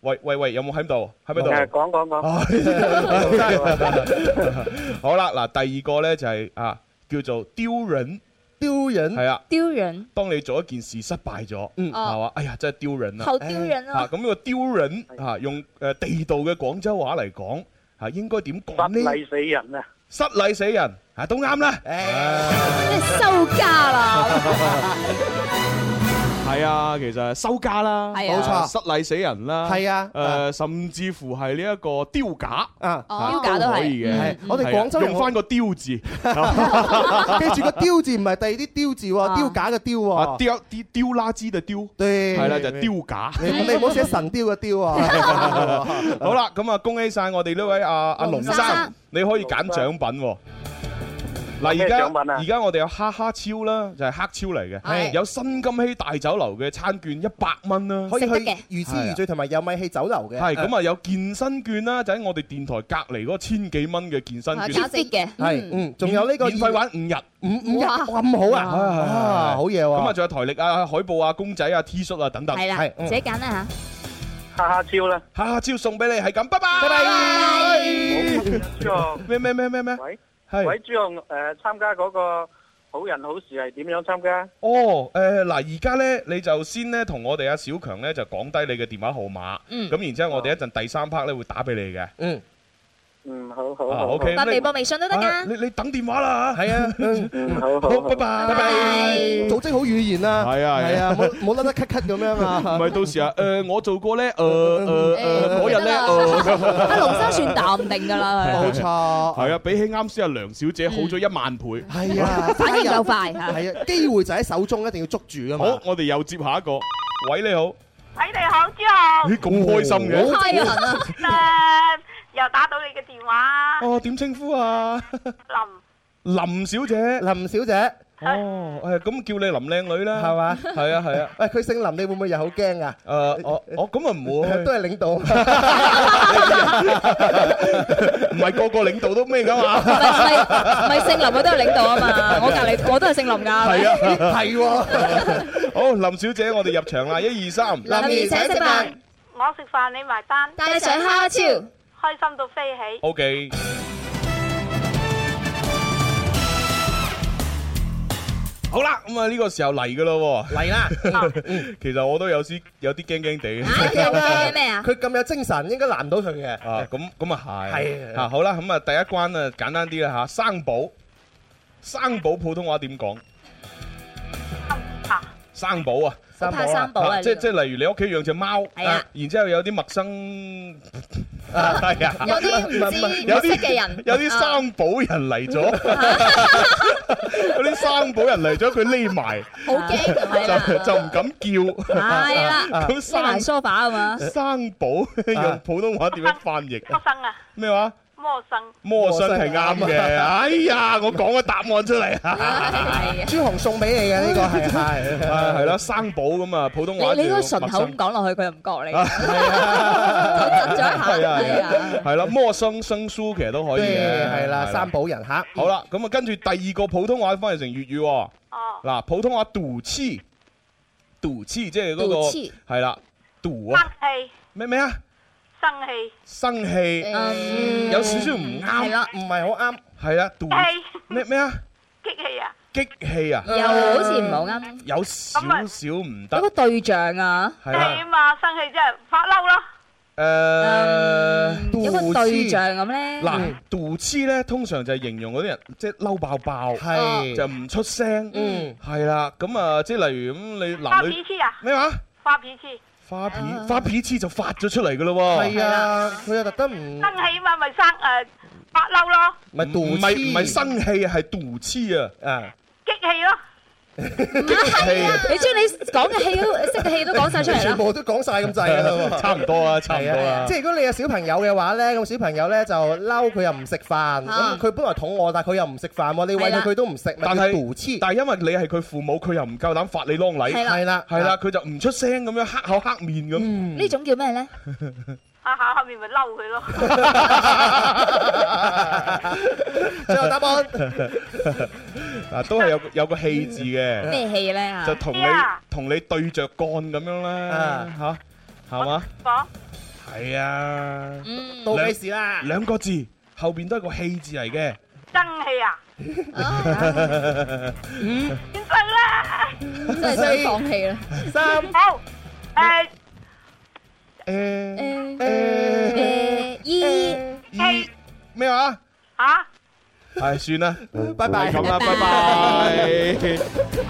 S4: 喂喂喂，有冇喺度？喺咪度？
S10: 誒講講講，
S4: 好啦，嗱，第二個咧就係啊，叫做丟人。
S7: 丟人
S4: 係啊，
S11: 丢人
S4: 當你做一件事失敗咗，
S11: 嗯
S8: 哦
S4: 係嘛？哎呀，真係丟人啊！
S11: 好丟人啊
S4: 哎咁呢個丟人啊，用誒地道嘅廣州話嚟講，啊應該點講呢？失禮
S10: 死人啊！
S4: 失禮死人啊，都啱啦。
S8: 真係收家啦！
S4: 係啊，其實收家啦，
S8: 係啊冇錯
S4: 失禮死人啦，
S7: 係啊
S4: 誒，甚至乎係呢一個丟架
S7: 啊嗯
S8: 哦丟架都係
S4: 可以嘅
S7: 係。我哋
S4: 係啊
S7: 廣州人
S4: 用翻個
S7: <laughs>
S4: 丟字，
S7: 記住個丟字唔係第二啲丟字喎，丟架嘅丟
S4: 啊
S7: 喎。
S4: 丟丟丟啦枝嘅丟，
S7: 對，
S4: 係啦，就係丟架。
S7: 你你唔好寫神雕嘅雕
S4: <laughs>
S7: 啊！
S4: 好啦，咁啊，恭喜晒我哋呢位阿阿龍
S7: 龍
S4: 生
S7: 生，
S4: 你可以揀獎品喎。嗱，
S10: 有咩
S4: 而家
S10: 獎品啊
S4: 而家我哋有哈哈超啦，就係黑超嚟嘅，
S7: 係
S4: 有新金禧大酒樓嘅餐券一百蚊啦，
S7: 可以去魚翅魚醉同埋有米氣酒樓嘅。
S4: 係咁啊，有健身券啦，就喺我哋電台隔離嗰千幾蚊嘅健身券，
S8: 嘅
S7: 係嗯，仲有呢個
S4: 免費玩五日。
S7: 五五
S6: Dạ.
S7: 日咁好
S4: à?
S7: 啊！啊，好嘢
S4: 咁啊，
S7: 喎！
S4: 仲有台歷啊、海報啊、公仔啊、T 恤啊等等。
S8: 係啦，
S4: 嗯
S8: 自己揀啦
S10: 哈哈超啦，
S4: 哈哈超送俾你，係咁，拜拜。
S8: 拜
S10: 喂朱紅
S4: 咩咩咩咩咩？
S10: 哎喂，
S4: 係
S10: 喂，朱紅誒參加嗰個好人好事係點樣參加？
S4: 哦，誒嗱，而家咧你就先咧同我哋阿小強咧就講低你嘅電話號碼，
S11: 嗯
S4: 咁然之後我哋一陣第三 part 咧會打俾你嘅。
S7: 嗯，
S10: 嗯，好好
S4: 啊
S10: 好
S4: OK，
S11: 發
S4: 咁
S11: 微
S4: 你
S11: 博、微信都得
S4: 啊
S11: 㗎。
S4: 你你等電話啦嚇。
S7: 係啊，
S10: 嗯，好好
S4: 好，
S10: 好
S4: 拜拜，
S7: 拜拜組織好語言啦，
S4: 係啊係
S7: 係啊，
S4: 啊
S7: 冇冇甩得咳咳咁樣啊！嗯
S4: 唔係到時啊，誒我做過咧，誒誒誒嗰日咧， <laughs>
S8: 嚇，阿
S4: 誒
S8: 龍生算淡定㗎啦，
S7: 冇錯，
S4: 係啊，比起啱先阿梁小姐好咗一萬倍。
S7: 係啊，
S8: <laughs> 反應夠快嚇。
S7: 係啊，機會就喺手中，一定要捉住噶
S4: 好
S7: 嘛，。
S4: 我哋又接下一個。喂，你好，
S7: <laughs>
S6: 喂，你好，朱紅
S4: 咦，咁開心嘅，
S8: 開人啊！
S6: 誒，又打到你嘅電話，
S4: 哦點稱呼啊？
S6: 林。
S4: 林小姐，
S7: 林小姐。
S4: 哦，誒咁叫你林靚女啦，
S7: 係嘛
S4: 係啊係啊，
S7: 喂，佢姓林，你會唔會又好驚啊？
S4: 誒我我咁啊唔
S7: <laughs>
S4: 會
S7: 都。係領導，
S4: 唔係個個領導都咩噶
S8: 唔
S4: 嘛？
S8: 係唔係姓林嗰都係領
S4: <laughs>
S8: 導啊嘛，我隔離我都係姓林㗎。
S4: 係 <laughs> 啊，
S7: 係喎。
S4: 好，林小姐，我哋入場啦，一二三，
S11: 林兒請食飯，
S6: 我食飯你埋單，
S11: 帶你上蝦超。
S6: 開心到飛起。
S4: O K。好啦，咁啊呢個時候嚟噶咯
S7: 嚟啦！
S4: 喎， <laughs> 其實我都有啲有啲驚驚地嘅。
S11: 嘅咩
S8: <laughs>
S11: 啊？
S7: 佢咁有精神，應該難唔到佢嘅。
S4: 啊，咁咁啊係，
S7: 係
S4: 啊好啦，咁啊第一關啊簡單啲啦吓，生保，生保普通話點講？生保啊，
S7: 三
S11: 怕
S7: 寶啊
S11: 三！寶啊！
S4: 啊即即例如你屋企養只貓，
S11: 係啊
S4: 啊然之後有啲陌生，啊 <laughs> 係啊，
S11: 有啲唔知唔
S4: 有
S11: 識嘅人
S4: 啲，有啲生保人嚟咗， <laughs> 有啲生保人嚟咗，佢匿埋
S11: 好驚係
S4: <laughs>
S11: 啦，
S4: 就就唔敢叫。
S8: 係啦，
S4: <laughs> 咁
S8: 匿埋
S4: 生
S8: sofa 啊嘛。
S4: 生保用普通話點樣翻譯
S6: 魔生啊，
S4: 咩話？
S6: 魔生，
S4: 魔術係啱嘅。哎呀，我講個答案出嚟啊！
S8: 係啊
S7: 朱紅送俾你嘅呢個係係
S4: 啊係啦，生保咁啊，普通話
S8: 你你應該
S4: 叫
S8: 順
S4: 陌
S8: 口
S4: 生
S8: 咁講落去，佢就唔覺你。
S4: 係
S8: 窒咗一下係啊
S4: 係啦，魔生生疏其實都可以嘅，
S7: 係啦，三。寶人客。
S4: 好啦，咁啊，跟住第二個普通話翻譯成粵語喎。
S6: 哦，
S4: 嗱，普通話賭氣，賭氣即係嗰
S11: 賭氣
S4: 個係啦，賭
S6: 生
S4: 啊，
S6: 氣，
S4: 咩咩啊，
S6: 生氣，
S4: 生氣，
S11: 嗯
S4: 有少少唔啱，
S7: 係啦，唔係好啱。
S4: 係啦，賭
S6: 氣，
S4: 咩咩啊，
S6: 激氣啊！
S4: 激氣啊，
S8: 又好似唔係好啱，
S4: 有少少唔
S8: 有
S4: 得
S8: 個，對象啊，
S4: 係
S6: 氣啊
S4: 啦，
S6: 嘛，生氣即係發嬲咯。
S4: 誒。
S8: 嗯有個對象咁咧，
S7: 嗯
S4: 嗱，賭痴咧通常就係形容嗰啲人即係嬲爆爆，
S7: 係
S4: 就唔出聲，
S7: 嗯
S4: 係啦，咁啊，即係例如咁你
S6: 發
S4: 男
S6: 脾
S4: 女
S6: 氣啊！
S4: 咩話？
S6: 發脾氣，
S4: 發脾發脾氣就發咗出嚟噶咯喎，
S7: 係啊，佢又特登唔
S6: <laughs> 生氣嘛，咪生誒發嬲咯，
S7: 唔係
S4: 唔
S7: 妒
S4: 係
S7: 痴
S4: 唔係生氣係賭痴啊，
S7: 啊，
S6: 激氣咯。
S4: 係啊
S8: 你將你講嘅戲都識嘅戲都講晒出嚟
S7: 全
S8: 啦。
S7: 部都講晒咁滯啊！
S4: <laughs> 差
S7: <laughs>
S4: 唔多啊，差唔
S7: 係
S4: 多啊
S7: 啊，即，係如果你有小朋友嘅話咧，咁小朋友咧就嬲佢又唔食飯，
S8: 啊
S7: 咁佢本來肚餓，但係佢又唔食飯喎，你餵
S8: 係啦
S7: 佢佢都唔食，咪
S4: 但
S7: 叫
S4: 係
S7: 妒痴。
S4: 但係因為你係佢父母，佢又唔夠膽發你啷禮，
S8: 係啦
S7: 係啦，
S4: 係啦，，佢就唔出聲咁樣黑口黑面咁，
S7: 嗯
S4: <laughs>
S8: 呢種叫咩咧？
S6: 下下後面咪嬲佢咯。
S7: 最後答 <laughs> 案
S4: 啊都係有個有個氣字嘅，
S8: <laughs> 咩戲咧嚇
S4: 就？同你
S6: 啊
S4: 同你對着幹咁樣啦，吓係嘛？
S6: 講
S4: 係啊。
S8: 嗯，
S7: 到幾時啦？
S4: 兩個字後邊都係個氣字嚟嘅，
S6: 生氣啊！
S4: <laughs>
S6: 真衰啦，
S9: 真係想放棄啦。
S6: 三好誒
S11: 誒誒
S6: 二
S4: 二咩話？
S6: 嚇
S4: 唉，算啦，
S7: 拜拜，
S4: 咁啦，拜拜。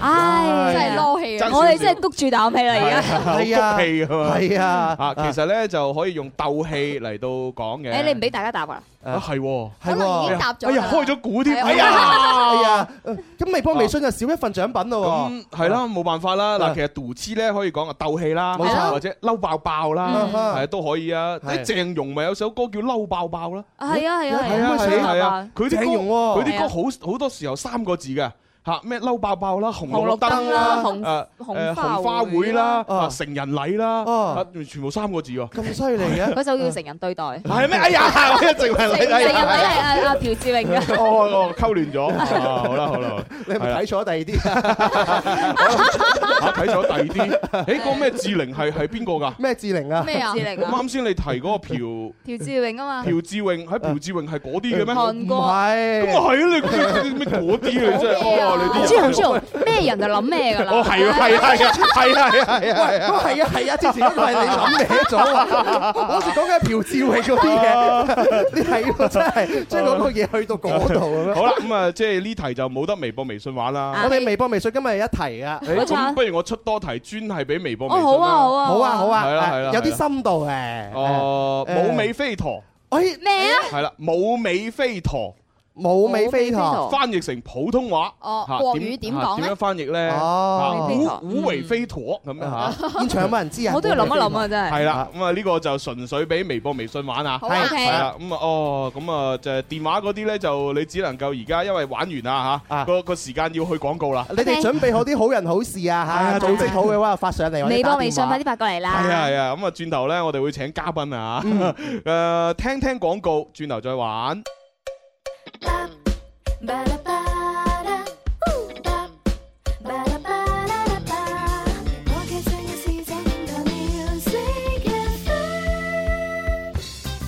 S8: 唉，真係攞氣啊！我哋真係篤住啖氣啦，而家。
S4: 係啊，氣噶嘛，
S7: 係啊
S4: 啊，其實咧就可以用鬥氣嚟到講嘅。
S8: 誒，你唔俾大家答啊？
S4: 啊，係喎，
S7: 可
S8: 能已經答咗
S4: 哎呀
S8: 啦，
S4: 開咗股添，
S8: 係啊
S4: 哎呀，
S7: 係啊，咁微博、微信就少一份獎品咯喎。
S4: 咁係啦，冇辦法啦。嗱，其實賭痴咧可以講啊鬥氣啦，
S7: 啊冇錯
S4: 或者嬲爆爆啦，
S7: 嗯
S4: 係都可以啊。
S7: 係
S4: 啲鄭融咪有首歌叫嬲爆爆啦，
S8: 係啊係啊係啊，
S4: 係啊，佢啲
S7: 鄭融喎
S4: 歌佢啲
S8: 係啊
S4: 歌好好多時候三個字嘅。嚇咩嬲爆爆啦，紅
S8: 紅綠
S4: 綠
S8: 燈
S4: 燈
S8: 啦
S4: 啦，
S8: 紅
S4: 誒
S8: 紅
S4: 誒
S8: 花
S4: 紅花
S8: 會
S4: 會啦，
S7: 啊
S4: 啊成人禮啦，
S7: 啊
S4: 啊全部三個字喎。
S7: 咁犀利嘅，
S8: <laughs> 嗰首叫《成人對待》。
S4: 係咩？哎呀， <laughs> 我一直係你
S8: 成
S4: 睇
S8: 人對待係阿阿朴志榮嘅。
S4: <laughs>
S8: <laughs>
S4: 哦哦，溝亂咗。啊好啦好啦，
S7: <laughs> 你係咪
S4: 係啦
S7: 睇錯第二啲啊？
S4: 啊睇咗第二啲。誒，嗰個咩志玲係係邊個㗎？
S7: 咩志玲啊？
S8: 咩啊？朴志
S4: 咁
S8: 榮啊？
S4: 啱先你提嗰個朴
S8: 朴志榮啊嘛。嗯
S4: 朴志穎喺朴志穎係嗰啲嘅咩？
S8: 韓
S7: 唔
S8: 國。
S4: 咁
S7: 係，
S4: 啊係啊，你你咩嗰啲你真係
S8: 啊
S4: 哦，你啲
S8: 朱
S4: 人
S8: 紅朱紅，咩人就諗咩㗎啦。
S4: 哦係啊係啊係啊係啊係啊係啊係
S7: 哦
S4: 啊！
S7: 係啊係啊，之前嗰個係你諗歪咗啊！我嗰時講緊係朴志偉嗰啲嘅，你係喎真係將嗰個嘢去到嗰度咁樣。
S4: 好啦，咁啊，即係呢題就冇得微博、微信玩
S8: 啊
S4: 啦。
S7: 我哋微博、微信今日係一題啊！
S4: 誒
S8: 冇錯
S4: 咁不如我出多題專係俾微博、
S8: 哦
S4: 微信
S8: 好啊好
S4: 啊！
S8: 啊
S7: 好啊好啊，
S4: 係啦係
S7: 啊
S4: 啦
S7: 有啲
S4: 係啦
S7: 深度嘅。
S4: 哦，
S7: 誒
S4: 冇尾飛陀
S7: 哎，
S8: 咩啊？
S4: 係啦，冇尾飛陀
S7: 冇尾飛
S8: 冇
S7: 陀
S8: 哦
S4: 翻譯成普通話
S8: 哦
S4: 嚇
S8: 國語點講
S4: 嚇
S8: 咧
S4: 點樣翻譯咧？
S7: 哦
S4: 啊
S8: 尾
S4: 五
S8: 飛陀嗯哦
S4: 五為飛陀咁樣嚇。
S7: 現場有冇人知啊？
S8: 我都要諗一諗啊，真
S4: <laughs>
S8: 係。
S4: 係啦，咁啊呢個就純粹俾微博、微信玩啊。
S8: 好啊
S4: 係
S8: OK。
S4: 啦，咁啊哦，咁啊就係電話嗰啲咧，就你只能夠而家因為玩完啦
S7: 啊
S4: 嚇，個個時間要去廣告啦。啊
S7: 你哋準備好啲好人好事啊嚇，組織好嘅話發上嚟。
S8: 微博、微信快啲發過嚟啦！
S4: 係啊係啊，咁啊轉頭咧，我哋會請嘉賓啊，
S7: 嗯
S4: <laughs> 誒聽聽廣告，轉頭再玩。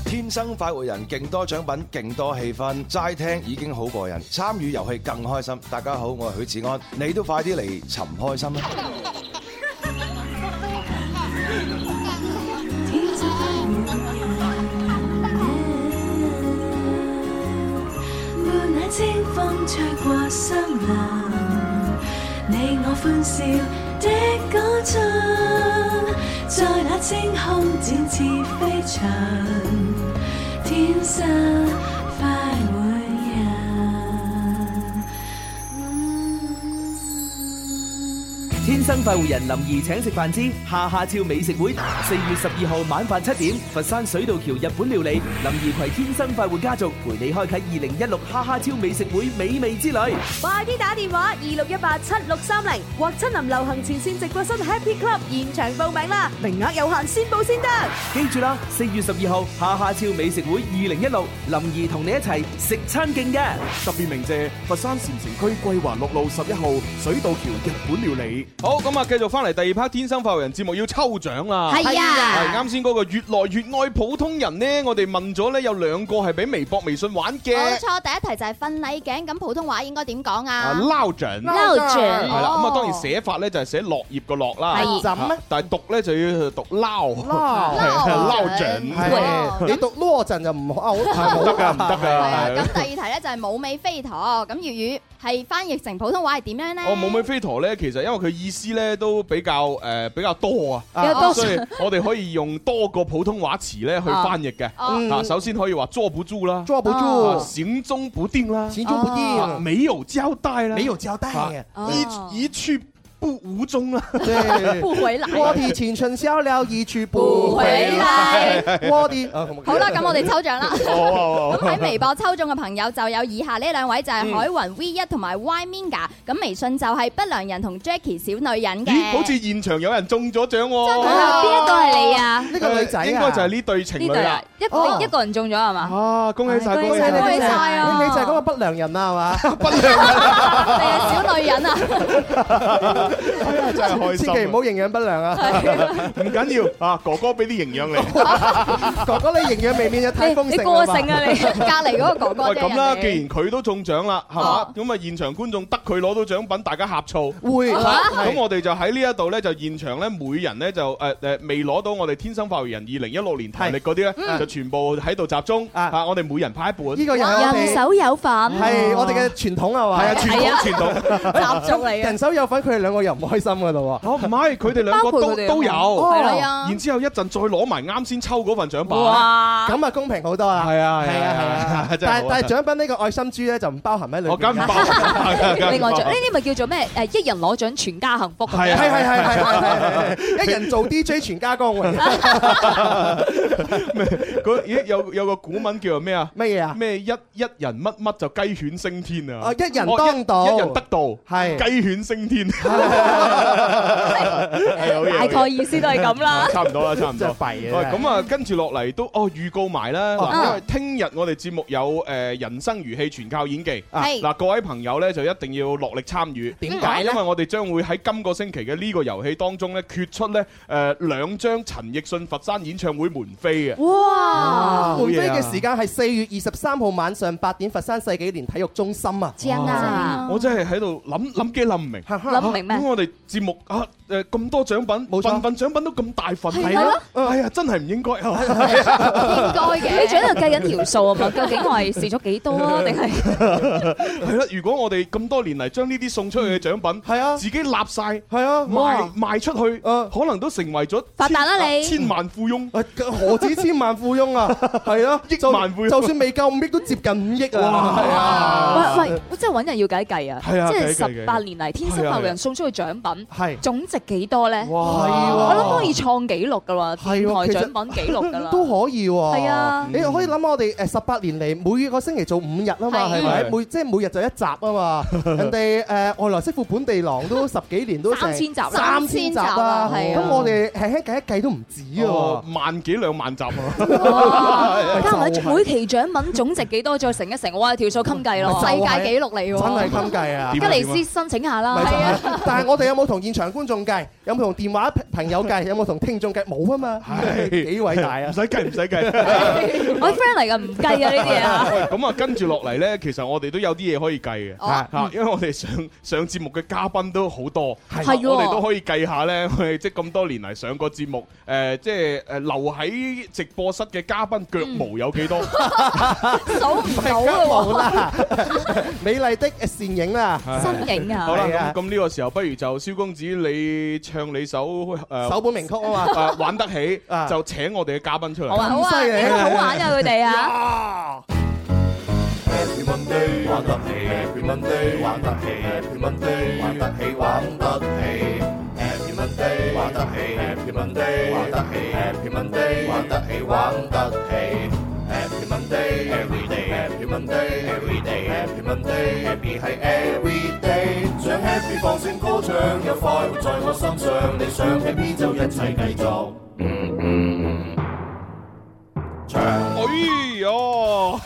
S12: 天生快活人，勁多獎品，勁多氣氛，齋聽已經好過癮，參與遊戲更開心。大家好，我係許志安，你都快啲嚟尋開心啦！
S13: 伴那清風吹過森林，你我歡笑的歌唱，在那青空展翅飛翔，天生快活人。
S2: 天生快活人林兒請食飯之下下跳美食會，四月十二號晚飯七點，佛山水道橋日本料理，林兒攜天生快活家族陪你開啟二零一六哈哈超美食會美味之旅。
S3: 快啲打電話二六一八七六三零或親臨流行前線直播室 Happy Club 現場報名啦，名額有限，先報先得。
S2: 記住啦，四月十二號下下超美食會二零一六，林兒同你一齊食餐勁嘅。
S14: 特別鳴謝佛山禪城區桂華六路十一號水道橋日本料理。
S4: 好，咁啊繼續翻嚟第二 part《天生快活人》節目要抽獎啦。
S8: 係啊
S4: 係啱先嗰個越來越愛普通人呢，我哋問咗呢，有兩個係俾微博、微信玩嘅。
S9: 冇錯，第一題就係婚禮頸，咁普通話應該點講
S4: 啊，
S9: 啊？
S4: 撈準，
S8: 撈準
S4: 係啦。咁
S8: 哦
S4: 啊，當然寫法咧就係寫落葉個落啦，
S8: 係
S7: 怎咧
S4: 啊但係讀咧就要讀撈，係
S7: 撈
S4: 啊撈
S7: 係啊
S4: 準，
S7: 你讀羅陣就唔好，
S4: 係唔得㗎，唔得
S9: 係啊，咁
S4: 㗎。
S9: 第二題咧就係冇尾飛陀，咁粵語係翻譯成普通話係點樣咧？
S4: 哦我冇尾飛陀咧，其實因為佢意思咧都比較誒比較多啊，
S8: 比較多
S4: 所以我哋可以用多個普通話詞咧去翻譯嘅。
S9: 哦
S4: 啊，首先可以話捉不住啦，
S7: 嗯抓不
S4: 啊
S7: 住，
S4: 行蹤不定啦，
S7: 始終不
S4: 啊
S7: 啲，
S4: 沒有交代啦，
S7: 沒有交代
S4: 啊
S7: 啊。
S8: 哦
S4: 一一去不無蹤啦。
S7: 對
S8: 不回來
S7: 我的前程小了，一去不回
S9: 回
S7: 來
S9: 來。
S7: 我的啊咁
S9: 好啦，咁我哋抽
S7: <laughs>
S9: 獎啦。
S7: 啊
S4: 好好好
S9: 咁喺微博抽中嘅朋友就有以下呢兩位，就
S7: 嗯
S9: 係海雲 V 一同埋 Y Minga。咁微信就係不良人同 Jackie 小女
S4: 咦，
S9: 人嘅。
S4: 好似現場有人中咗獎喎！
S9: 啊邊一個係你啊？
S7: 呢個女仔啊，
S4: 應該就係呢對情
S8: 呢
S4: 侶
S8: 對
S4: 啦
S8: 啊。，一個一個人中咗係嘛？
S4: 啊，恭喜晒，
S8: 哎
S4: 恭喜
S8: 恭
S7: 哦你
S4: 晒！
S8: 喜晒
S7: 就係
S8: 晒啊
S7: 你就係嗰個不良人啦，係嘛？
S9: 你係小女人啊？
S4: 真係開心
S7: <laughs>
S4: 啊
S7: 千祈唔好營養不良啊！
S4: <laughs> 唔緊要啊，哥哥俾啲營養你。
S7: 哥哥啊你營養未免有
S4: <laughs>
S7: 太豐盛啦嘛
S4: 啊喂，咁啦，既然佢都中獎啦，係嘛？咁啊，現場觀眾得佢攞到獎品，大家呷醋。
S7: 會
S4: 啊
S7: 係
S4: 咁我哋就喺呢一度咧，就現場咧，每人咧就呃誒誒未攞到我哋天生發育人二零一六年台歷嗰啲咧，
S7: 嗯
S4: 就全部喺度集中啊！我哋每人派一啊本。
S7: 呢個又係我哋係我哋嘅傳統啊嘛，
S4: 係啊傳統係啊傳統習俗嚟嘅
S7: 人手有份，佢哋兩個又唔開心噶咯喎。
S4: 哦，唔係，佢哋兩個都都有，哦
S7: 係啊
S4: 然之後一陣再攞埋啱先抽嗰份獎品。
S7: 哇！咁啊公平好多啊。
S4: 係啊，
S7: 係啊，係啊。
S4: 係啊，真係
S7: 但
S4: 好
S7: 係
S4: 啊
S7: 但係獎品呢個愛心豬咧就唔包含喺裏邊。
S4: 我梗唔包含梗唔
S7: <laughs>
S4: 包含
S7: 係係係係係
S8: 啊
S7: 係係，一人做 DJ 全家工
S4: <laughs>
S7: 啊！
S4: 嗰咦有有個古文叫做咩啊？
S7: 咩嘢啊？
S4: 咩一一人乜乜就雞犬升天啊！
S7: 哦一人
S4: 哦
S7: 當道
S4: 一人得道，
S7: 係
S4: 雞犬升
S6: <laughs>
S4: 天，係好嘢
S8: 大概意思都係咁啦
S4: 差唔多啦，差唔多。
S7: 真係弊啊
S4: 喂
S7: 真係
S4: 咁啊，跟住落嚟都哦預告埋啦，
S7: 哦
S4: 嗱因為聽日我哋節目有誒人生如戲，全靠演技。
S7: 係
S4: 嗱，各位朋友咧就一定要落力參與。
S7: 點解呢
S4: 因為我哋將會喺今個星期嘅呢個遊戲當中咧，決出咧誒兩張陳奕迅佛山演唱會門飛嘅。
S7: 哇！
S4: 好
S7: 門
S4: 嘢
S7: 飛
S4: 啊
S7: 嘅時間係四月二十三號晚上八點，佛山世紀蓮體育中心啊！
S8: 正啊
S4: 我真係喺度諗諗幾諗唔明，
S8: 諗唔明咩
S4: 咁我哋節目啊誒咁多獎品，冇份份獎品都咁大份，
S8: 係咯
S4: 啊，係啊，真係唔應該係嘛
S8: 啊
S4: 係啦，如果我哋咁多年嚟將呢啲送出去嘅獎品，係啊，自己立晒，係
S7: 啊
S4: 賣賣出去，可能都成為咗
S7: 發達啦
S4: 千
S7: 你
S4: 千萬富翁，
S7: 何止千萬富翁啊，係咯，億
S4: 萬富翁
S7: 就算未夠五億都接近五億啊！係
S8: 哇喂，我真係揾人要計計啊！
S7: 係啊
S8: 即
S7: 計
S8: 係
S7: 計
S8: 十八年嚟天生發育人送出去獎品，
S7: 係
S8: 總值幾多咧？
S7: 係喎
S8: 我諗可以創紀錄噶啦，電
S7: 喎
S8: 台
S7: 其實
S8: 獎品紀錄噶啦。
S7: <laughs> 都可以喎。
S8: 係啊
S7: 你可以諗下我哋誒十八年嚟每個星期做五日啊嘛，
S8: 係
S7: 係咪？
S4: 嗯
S7: 每即係每日就一集啊嘛。人哋誒外來媳婦本地郎都十幾年都成
S8: 三千集啦
S7: 三千集啦。
S8: 三千集啊係啊
S7: 咁我哋輕輕計一計都唔止喎
S4: 哦。萬幾兩萬集
S8: 哇
S4: 啊！
S8: 加埋每期獎品總值幾多，再乘一乘，哇！條數襟計咯，
S7: 就係真係
S8: 喎
S7: 襟計啊！
S8: <laughs> 吉尼斯申請下啦，係啊！
S7: 但係我哋有冇同現場觀眾計？有冇同電話朋友計？有冇同聽眾計？冇啊嘛，幾偉大啊！
S4: 唔使計，唔使計。
S8: <laughs> <laughs> 我 friend 嚟噶，唔計啊
S7: <laughs>
S8: 呢啲嘢啊！
S4: 喂，咁啊，跟住落嚟咧，其實我哋都有啲嘢可以計嘅，嚇，因為我哋上 <laughs> 上節目嘅嘉賓都好多，
S8: 係
S4: 嚇
S8: 係喎
S4: 我哋都可以計下咧， <laughs> 我哋即係咁多年嚟上過節目，誒，即係誒留喺直播室嘅嘉賓腳毛有
S8: <laughs>
S4: 幾多？
S8: 數唔到
S7: 冇
S8: 啊
S7: 啦，美麗的倩影啦，
S8: 身影啊
S4: 好啦，
S7: 係啊
S4: 咁咁呢個時候，不如就蕭公子你唱你首誒
S7: 首本名曲啊
S4: <laughs>
S7: 嘛
S4: 誒玩得起就請我哋嘅嘉賓出嚟，
S8: 好啊好啊，應該好玩啊佢哋
S7: <laughs>
S8: 啊！
S15: Happy Monday 玩得起，Happy Monday 玩得起，Happy Monday 玩得起玩得起，Happy Monday 玩得起，Happy Monday 玩得起，Happy Monday 玩得起玩得起，Happy Monday every day，Happy Monday every day，Happy Monday happy 係 every day，想 happy 放聲歌唱，有快活在我心上，你想 happy 就一切繼續。
S4: 哎哟，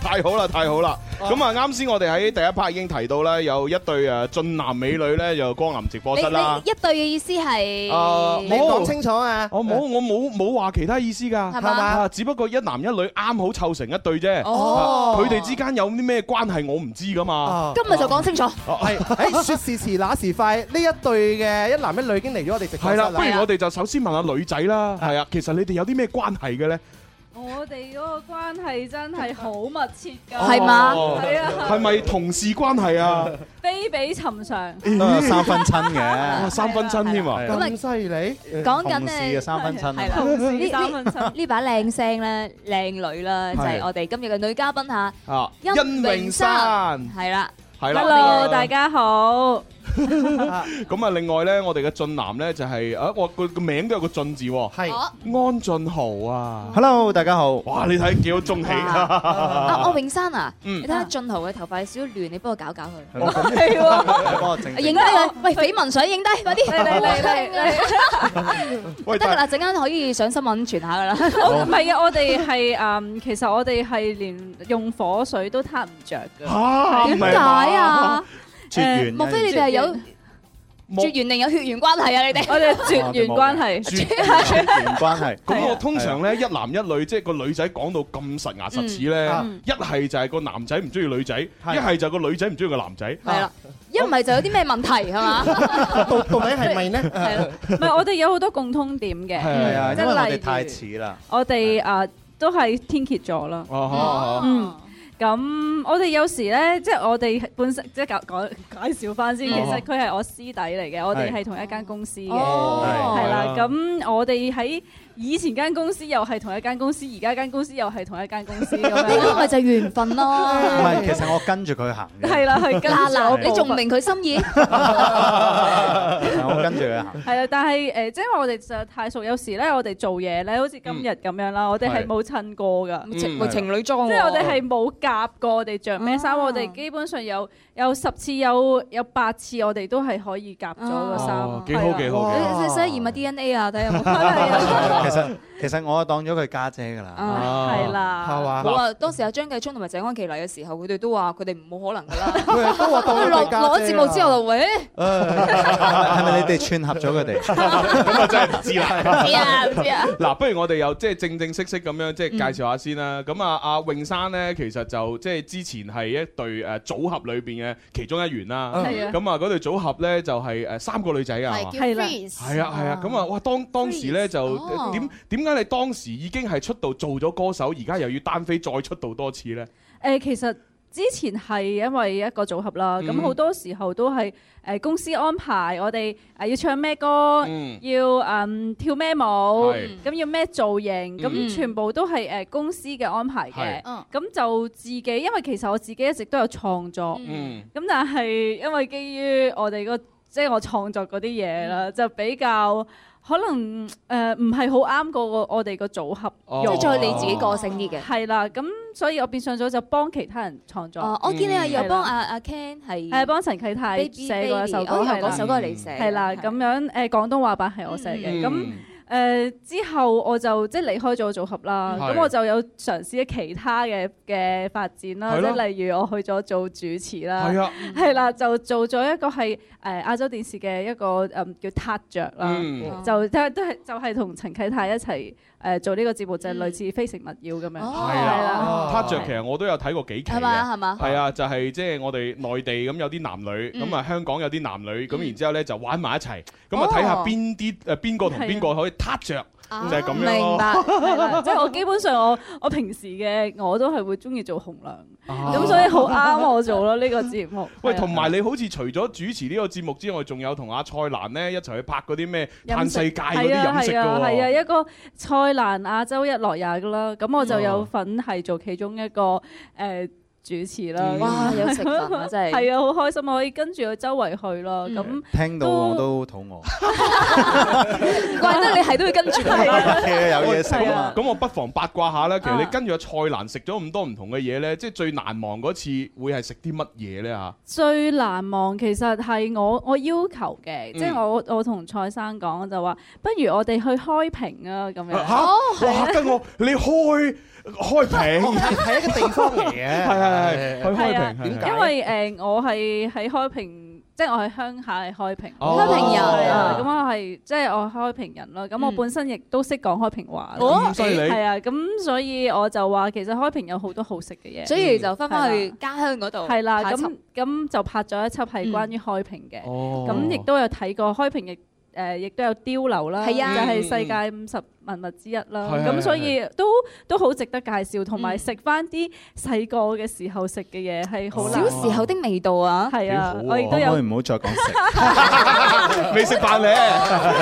S4: 太好啦，太好啦！咁啊，啱先我哋喺第一 part 已經提到咧，有一對誒俊男美女咧，就光臨直播
S8: 你
S4: 室啦
S8: 你。一對嘅意思係
S4: 啊
S7: 你講清楚啊！
S4: 我冇，我冇冇話其他意思㗎，
S8: 係嘛
S4: 啊只不過一男一女啱好湊成一對啫。
S7: 哦
S4: 啊佢哋之間有啲咩關係我唔知㗎嘛。
S8: 今日就講清楚。
S7: 係，誒說時遲那時快，呢一對嘅一男一女已經嚟咗我哋直播
S4: <laughs> 係
S7: 室
S4: 啦，不如我哋就首先問下女仔啦。係啊，其實你哋有啲咩關係嘅咧？
S16: 我哋嗰個關係真係好密切㗎，
S8: 係嘛
S4: 係
S16: 係啊，
S4: 咪同事關係啊？
S16: 非比尋常。
S4: Ờ. Ừ. 親嘅，三分親添啊！
S7: 咁犀利，
S8: 講緊
S16: 同
S8: 咧，係啦
S16: 事
S8: 呢
S16: 三分親
S8: 呢呢把靚聲咧，靚女啦，
S4: 係
S8: 就係我哋今日嘅女嘉賓嚇，
S4: 啊，
S8: 殷
S4: 詠
S8: 詠
S4: 珊
S8: 珊係啦，
S4: 係啦
S16: Hello，大家好。Ờ.
S4: 咁啊，另外咧，我哋嘅俊男咧就係啊，我個個名都有個俊字喎，
S7: 係
S4: 安俊豪啊。
S17: Hello，大家好。哇
S4: 哇，你睇幾好中氣
S8: 啊，我詠珊啊，
S4: 嗯
S8: 你睇下俊豪嘅頭髮有少少亂，你幫我搞搞佢。
S17: 哦咁
S8: 係
S17: 你
S16: Ờ,
S17: 幫我整
S8: 喎，
S17: 整
S8: 影低佢，喂，緋聞相影低，快啲，
S16: 嚟嚟嚟嚟
S4: 喂
S8: 得㗎啦，陣間可以上新聞傳下㗎啦。
S16: <laughs> 我唔係啊，我哋係誒，其實我哋係連用火水都撻唔着㗎。
S8: 嚇唔係嘛點解啊？
S17: 絕緣
S8: 莫非你哋係有
S4: 冇
S9: 絕緣定有血緣關係啊？你哋
S16: 我哋絕緣關係
S4: 絕
S16: 絕
S4: 緣關係。咁我
S16: 係啊
S4: 通常咧一男一女，即係個女仔講到咁實牙實齒咧
S8: 嗯，
S4: 一係就係個男仔唔中意女仔，一係就個女仔唔中意個男仔。
S8: 係啦，一唔係就有啲咩問題係嘛？
S7: 到到底係咪呢？
S16: 係啦， <laughs> 唔係我哋有好多共通點嘅，
S17: 係啊，
S16: 即
S17: 因為我
S16: 係
S17: 哋
S16: 例
S17: 太似啦。
S16: 如我哋啊都係天蝎座啦。
S17: 哦
S16: 嗯，咁我哋有時咧，即係我哋本身即係講介紹翻先，其實佢係我師弟嚟嘅，我哋係同一間公司嘅，
S6: 哦
S16: 係啦。
S6: 係
S16: 咁我哋喺以前間公司又係同一間公司，而家間公司又係同一間公司咁
S8: 呢啲咪
S16: 樣。
S8: 就係緣分咯。
S17: 唔係，其實我跟住佢行嘅，
S16: 係啦，係跟
S8: 嗱
S16: 住我
S8: 嗱，
S16: 步伐
S8: 你仲唔明佢心意？
S17: 係我跟住
S6: à?
S17: 佢行。
S16: 係啊，但係誒，即係我哋實在太熟，有時咧我哋做嘢咧，好似今日咁樣啦，我哋嗯係冇襯過㗎，
S18: 嗯情咪情侶裝喎啊
S16: 即係我啊哋係冇夾過，我哋着咩衫，我哋基本上有有十次有有八次，我哋都係可以夾咗個衫。
S17: 哦幾好
S16: 係啊
S17: 幾好幾好
S16: 你你
S8: 即係驗下 DNA 啊，睇下有冇。
S18: 啊
S17: <laughs> 其實其實我當咗佢家姐㗎啦，
S8: 啊係啦
S17: 係嘛？
S18: 冇啊！當時阿張繼聰同埋謝安琪嚟嘅時候，佢哋都話佢哋冇可能㗎啦。
S17: 佢哋都話當佢
S18: 落
S17: 哋家姐啊
S18: 攞節目之後就喂，
S17: 係咪你哋串合咗佢 <laughs> 哋？咁
S4: 啊真係唔知啦
S6: à,
S18: 唔知啊唔知啊
S6: <laughs>
S4: 嗱，不如我哋又即係正正式式咁樣即係介紹下先
S6: 嗯
S4: 啦。咁啊，阿泳山咧，其實就即係之前係一隊誒組合裏邊嘅其中一員啦。
S6: 係啊
S4: 咁啊，嗰隊組合咧就係誒三個女仔啊。係嘛
S6: 係叫哦 Freeze
S4: 係啊係啊，咁啊哇！當當時咧就呃
S16: 哦
S4: 點點解你當時已經係出道做咗歌手，而家又要單飛再出道多次咧？
S16: 誒，呃其實之前係因為一個組合啦，咁
S4: 嗯
S16: 好多時候都係誒公司安排我哋誒要唱咩歌
S6: 嗯，
S16: 要誒跳咩舞
S6: 係，
S16: 咁要咩造型，
S6: 嗯
S16: 咁全部都係誒公司嘅安排嘅
S6: 係嗯。
S16: 咁就自己，因為其實我自己一直都有創作，
S6: 嗯
S16: 咁但係因為基於我哋個即係我創作嗰啲嘢啦，就比較。可能誒唔係好啱個個我哋個組合
S8: 哦
S16: 用，
S8: 即係再你自己個性啲嘅
S16: 係啦，咁所以我變相咗就幫其他人創作。
S8: 哦，我見你係有幫
S16: 係
S8: 阿
S16: 啦。
S8: 阿 Ken 係
S16: 係啊幫陳啟泰
S8: Baby
S16: 寫過一首
S8: Baby，
S16: 歌，
S8: 哦
S16: 係啦
S8: 嗰首歌係你寫嘅
S16: 係啦，咁樣誒廣東話版係我寫嘅，咁
S6: 嗯
S16: 誒呃之後我就即係離開咗組合啦，
S6: 係
S16: 咁我就有嘗試咗其他嘅嘅發展啦，
S6: 係
S16: 即
S6: 咯
S16: 係例如我去咗做主持啦，
S6: 係啊
S16: 係啦，就做咗一個係誒亞洲電視嘅一個誒叫撻着啦
S6: 嗯，
S16: 就都係都係就係同陳啟泰一齊誒做呢個節目，就係類似《非誠勿擾》咁樣，係啦，
S4: 他着其實啊我都有睇過幾期嘅，
S16: 哦係嘛係嘛
S4: 係啊，就係即係我哋內地咁有啲男女，
S16: 嗯
S4: 咁啊香港有啲男女，咁
S16: 嗯
S4: 然之後咧就玩埋一齊，咁
S16: 哦
S4: 啊睇下邊啲誒邊個同邊個可以他着，
S16: 啊
S4: 就係咁樣咯。
S16: 係啦即係我基本上我我平時嘅我都係會中意做紅娘，咁所以好啱我做咯呢個節目。
S4: 喂，
S16: 係啊
S4: 同埋你好似除咗主持呢個節目之外，仲有同阿蔡瀾咧一齊去拍嗰啲咩嘆世界嗰啲飲食
S16: 係啊，
S4: 㗎
S16: 係啊，
S4: 喎。
S16: 一個蔡瀾亞洲一樂也噶啦，咁我就有
S4: 嗯
S16: 份係做其中一個誒。主持啦，
S18: 哇有食份啊真係
S16: <laughs> 係啊，好開心啊，可以跟住佢周圍去啦， <laughs> 咁
S17: 聽到我都肚餓。
S16: 怪得你 <laughs> 係都要跟住
S17: <laughs>
S16: 佢
S17: 有嘢食啊嘛
S4: 咁咁我不妨八卦下啦。其實
S16: 啊
S4: 你跟住阿蔡瀾食咗咁多唔同嘅嘢咧，即係最難忘嗰次會係食啲乜嘢啊咧嚇？
S16: 最難忘其實係我我要求嘅，
S4: 嗯
S16: 即係我我同蔡生講就話，不如我哋去開屏啊咁樣。
S4: 嚇！哇嚇得我，你開開
S17: 哦
S4: 屏
S17: 啊
S7: 係一個地方嚟
S4: 嘅，係係係去
S16: 係
S4: 開
S16: 啊，
S4: 屏，係
S16: 因為誒我係喺開平，即係我喺鄉下係開平，
S4: 哦開平人
S16: 係啊
S4: 哦，
S16: 咁我係即係我開平人咯。咁我本身亦都識講開平話，
S8: 嗯哦咁犀利
S16: 係啊，咁所以我就話其實開平有好多好食嘅嘢，
S8: 所以就翻返去
S16: 家鄉嗰度係啦，
S8: 下一
S16: 咁
S8: 輯嗯
S16: 咁就拍咗一輯係關於開平嘅，
S4: 哦
S16: 咁亦都有睇過開平亦。誒，亦都有碉樓啦，就
S8: 係啊
S16: 係世界五十文物之一啦。
S8: 係係嗯
S16: 咁
S8: 係
S16: 所
S8: 係
S16: 以都都好值得介紹，同埋食翻啲細個嘅時候食嘅嘢係好
S8: 哦小時候
S16: 的味道啊，係啊，我亦都
S17: 可唔可以
S16: 有
S17: 唔好再講
S16: <laughs>
S17: 食？ <laughs>
S4: 未食飯咧，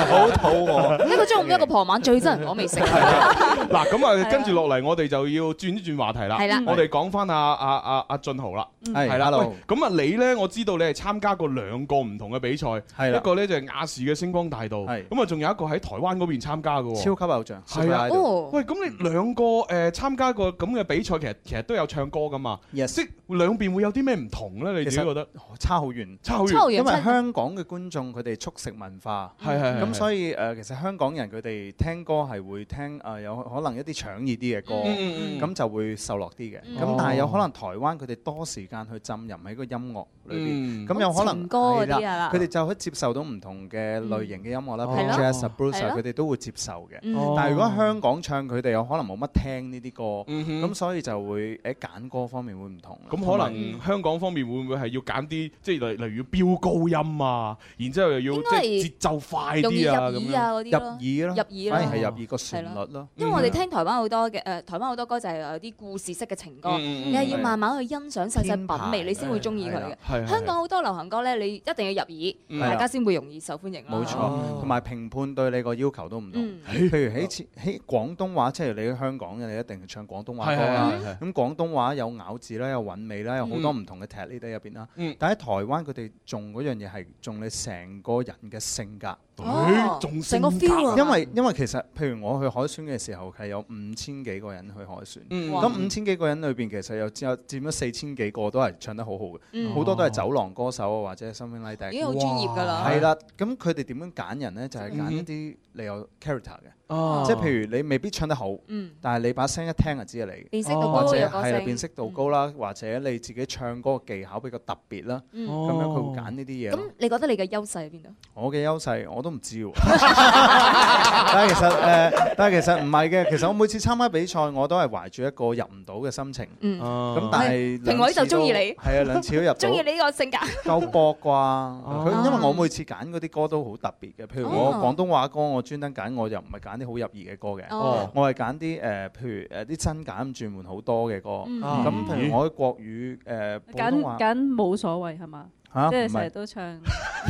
S17: 好肚餓。
S8: 一個
S17: 啊
S8: 中午一個傍晚最憎人講美
S4: <laughs>
S8: 食。
S4: 嗱，咁啊，跟住落嚟，我哋就要轉一轉話題啦。
S8: 係啦
S4: 我哋講翻阿阿阿阿俊豪啦，
S8: 嗯
S4: 係啦。
S17: 係，hello
S4: 喂咁啊，你咧，我知道你係參加過兩個唔同嘅比賽，
S17: 係啦
S4: 一個咧就係亞視嘅星光光大道，咁啊仲有一個喺台灣嗰邊參加嘅喎，
S17: 超級偶像
S4: 係啊
S17: Super Idol，
S4: 喂，咁你兩個誒參加個咁嘅比賽，其實其實都有唱歌噶嘛，即係兩邊會有啲咩唔同咧？你自己覺得？
S17: 哦差好遠，
S4: 差好遠差好遠
S17: 因為
S4: 真嗯
S17: 香港嘅觀眾佢哋速食文化，
S4: 係係係
S17: 咁所以誒，其實香港人佢哋聽歌係會聽誒有可能一啲搶耳啲嘅歌，
S4: 嗯嗯嗯
S17: 咁就會受落啲嘅。
S4: 嗯
S17: 咁但係有可能台灣佢哋多時間去浸淫喺個音樂裏
S4: 嗯
S17: 邊，咁有可能
S4: 情歌嗰啲啊
S17: 係
S4: 啦
S17: 佢哋就可以接受到唔同嘅類型嘅音樂啦，譬
S4: 係
S17: 如
S4: 咯
S17: jazz 啊、blues
S4: 係
S17: 啊，
S4: 咯
S17: 佢哋都會接受嘅
S4: 嗯。
S17: 但係如果香港唱佢哋有可能冇乜聽呢啲歌，咁所以就會誒揀歌方面會唔同啦。
S4: 咁可能香港方面會唔會係要揀啲即係例例如要飆高音啊，然之後又要
S18: 應
S4: 即
S18: 該
S4: 係
S18: 係
S4: 節奏快啲啊咁
S18: 容易入耳啊嗰
S4: 樣
S18: 啲咯入耳啦
S17: 反而係入耳個旋律咯。
S18: 因為我哋聽台灣好多嘅誒、呃台灣好多歌就係有啲故事式嘅情歌，
S17: 嗯嗯嗯
S18: 你係要慢慢去欣賞、細細
S17: 編排啊
S18: 品味，你先會中意佢
S17: 係係
S18: 嘅。
S17: 係
S18: 香港好多流行歌咧，你一定要入耳，
S17: 嗯
S18: 大家先會容易受歡迎啦。
S17: 冇錯，同埋評判對你個要求都唔同
S18: 啊嗯。
S17: 譬如喺切喺廣東話，即係你喺香港嘅，你一定要唱廣東話歌啦
S4: 係係係係。
S17: 咁廣東話有咬字啦，有韻味啦，有好多唔同嘅 t 呢啲入邊啦
S4: 嗯。
S17: 但喺台灣佢哋重嗰樣嘢係重你成個人嘅性格。
S4: 哦重性格成個 feel 啊
S17: 因為因為其實譬如我去海選嘅時候係有五千幾個人去海選，
S4: 嗯
S17: 咁
S4: 哇
S17: 五千幾個人裏邊其實有有佔咗四千幾個都係唱得好好
S18: 嗯
S17: 嘅，好多都係走廊歌手啊或者 something like that。
S18: 已經好專業㗎啦
S17: 係啦，咁佢哋點樣揀人咧？就係揀一
S18: 嗯
S17: 啲你有 character
S4: 哦
S17: 嘅，即係譬如你未必唱得好
S18: 嗯，
S17: 但係你把聲一聽就知係你哦
S18: 辨識度高
S17: 或者
S18: 有個
S17: 係啦
S18: 性
S17: 辨識度高啦，或者你自己唱歌嘅技巧比較特別啦，咁
S18: 嗯
S17: 樣佢會揀呢啲嘢咯。
S18: 咁你覺得你嘅優勢喺邊度？
S17: 我嘅優勢我都唔知喎， <laughs> 但係其實誒、呃但係其實唔係嘅。其實我每次參加比賽，我都係懷住一個入唔到嘅心情。
S18: 嗯
S17: 咁但係
S18: 評委就中意你，
S17: 係啊，兩次都
S18: <laughs>
S17: 入到。
S18: 中意你呢個性格。
S17: 夠搏啩？
S16: 哦
S17: 佢因為我每次揀嗰啲歌都好特別嘅，譬如我
S18: 哦
S17: 廣東話歌，我專登揀，我又唔係揀啲好入耳嘅歌嘅
S18: 哦，
S17: 我係揀啲誒，譬如誒啲真假咁轉換好多嘅歌。
S16: 嗯
S17: 咁譬如我喺國語誒普通
S16: 揀
S17: 話
S16: 揀冇所謂係嘛？
S17: 嚇
S16: 即
S17: 唔
S16: 係
S17: 係
S16: 成日都唱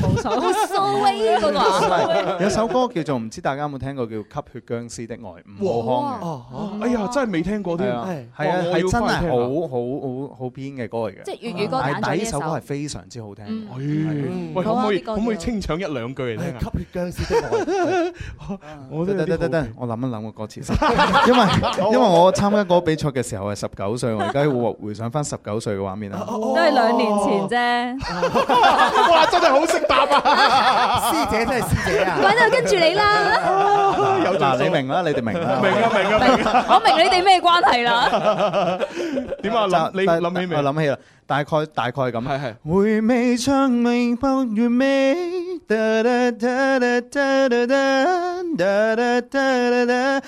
S16: 冇所
S18: 冇所謂嗰個啊
S17: 唔係有首歌叫做唔知大家有冇聽過叫《吸血僵屍的愛》，吳浩康嘅。
S4: 哦，哎呀，真係未聽過添，
S17: 係啊，係啊，係真係好好好好編嘅歌嚟嘅。
S4: 即係粵語歌
S17: 但係
S4: 揀咗呢一
S17: 第一首歌
S4: 首
S17: 係非常之好聽嘅。
S4: 嗯喂，可唔可以可唔可以清唱一兩句嚟聽啊？吸血僵屍的愛，我都
S17: 得
S4: 有
S17: 得
S4: 啲
S17: 得得，我諗一諗個歌詞先，因為因為我參加嗰個比賽嘅時候係十九歲，我而家回回想翻十九歲嘅畫面啦。
S16: <laughs> 都係兩年前啫。
S4: <laughs> 哇！真係好識答啊！
S7: 師姐真係師
S6: à?
S7: 姐啊！
S16: 鬼都跟住你啦。
S4: 有
S17: 嗱，你明啦，你哋明啦，明
S4: 啊明啊明
S18: 我明你哋咩關係
S4: <laughs>
S18: 啦。
S4: 點啊？諗你諗起未？
S17: 我諗起啦，大概大概係咁。
S18: <laughs>
S4: 係係。
S17: 回味唱未爆完美，哒哒哒哒哒哒哒哒哒哒哒哒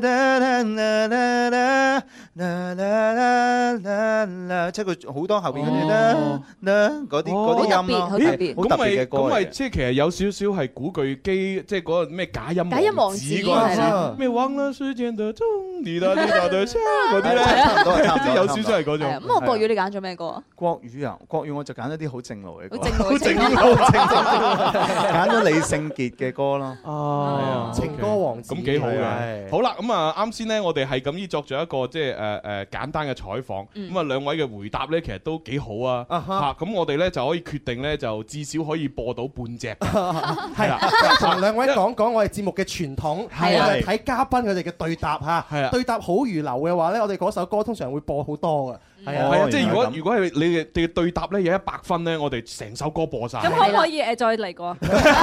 S17: 哒哒哒哒啦啦啦啦啦，即係佢好多後邊嗰啲啦啦嗰啲嗰啲音咯，係好
S4: 哦咁
S17: 特
S4: 咪
S17: 別嘅歌
S4: 咁咪
S17: 嚟嘅。
S4: 即係其實有少少係古巨基，即係嗰個咩假音
S17: 假音王
S4: 子
S17: 子
S4: 嗰
S6: <laughs>
S17: 係
S4: 陣
S17: 啦
S4: 時，咩忘了時間的鐘，你的你的的聲嗰啲
S17: <laughs>
S8: 啊
S4: 咧，
S17: 差唔多差唔多
S4: 即係啊有少少係嗰
S18: 啊係啊
S4: 種。
S18: 咁我國語你揀咗咩歌啊？
S17: 國語啊，國語我就揀咗啲好正路嘅歌，
S18: 好正
S17: 好
S18: 路
S17: 正路 <laughs> 揀咗李聖傑嘅歌咯。啊
S4: 哦
S7: 啊情歌王子
S4: 咁幾好嘅。
S7: 係
S4: 好啦，咁啊啱先呢，我哋係咁依作咗一個即係誒誒簡單嘅採訪，
S7: 嗯
S4: 咁啊兩位嘅回答呢，其實都幾好啊。嚇咁我哋呢就可以決定呢，就至少可以播到半隻。
S7: <laughs> 係啊啦，同兩位講講我哋節目嘅傳統，
S4: 係啊
S7: 我哋睇嘉賓佢哋嘅對答
S4: 係啊
S7: 嚇，對答好如流嘅話咧，我哋嗰首歌通常會播好多嘅，
S4: 係啊，即係如果如果係你哋嘅對答呢，有一百分呢，我哋成首歌播晒。
S16: <laughs> 咁可唔可以誒再
S4: <laughs>
S16: 嚟過啊？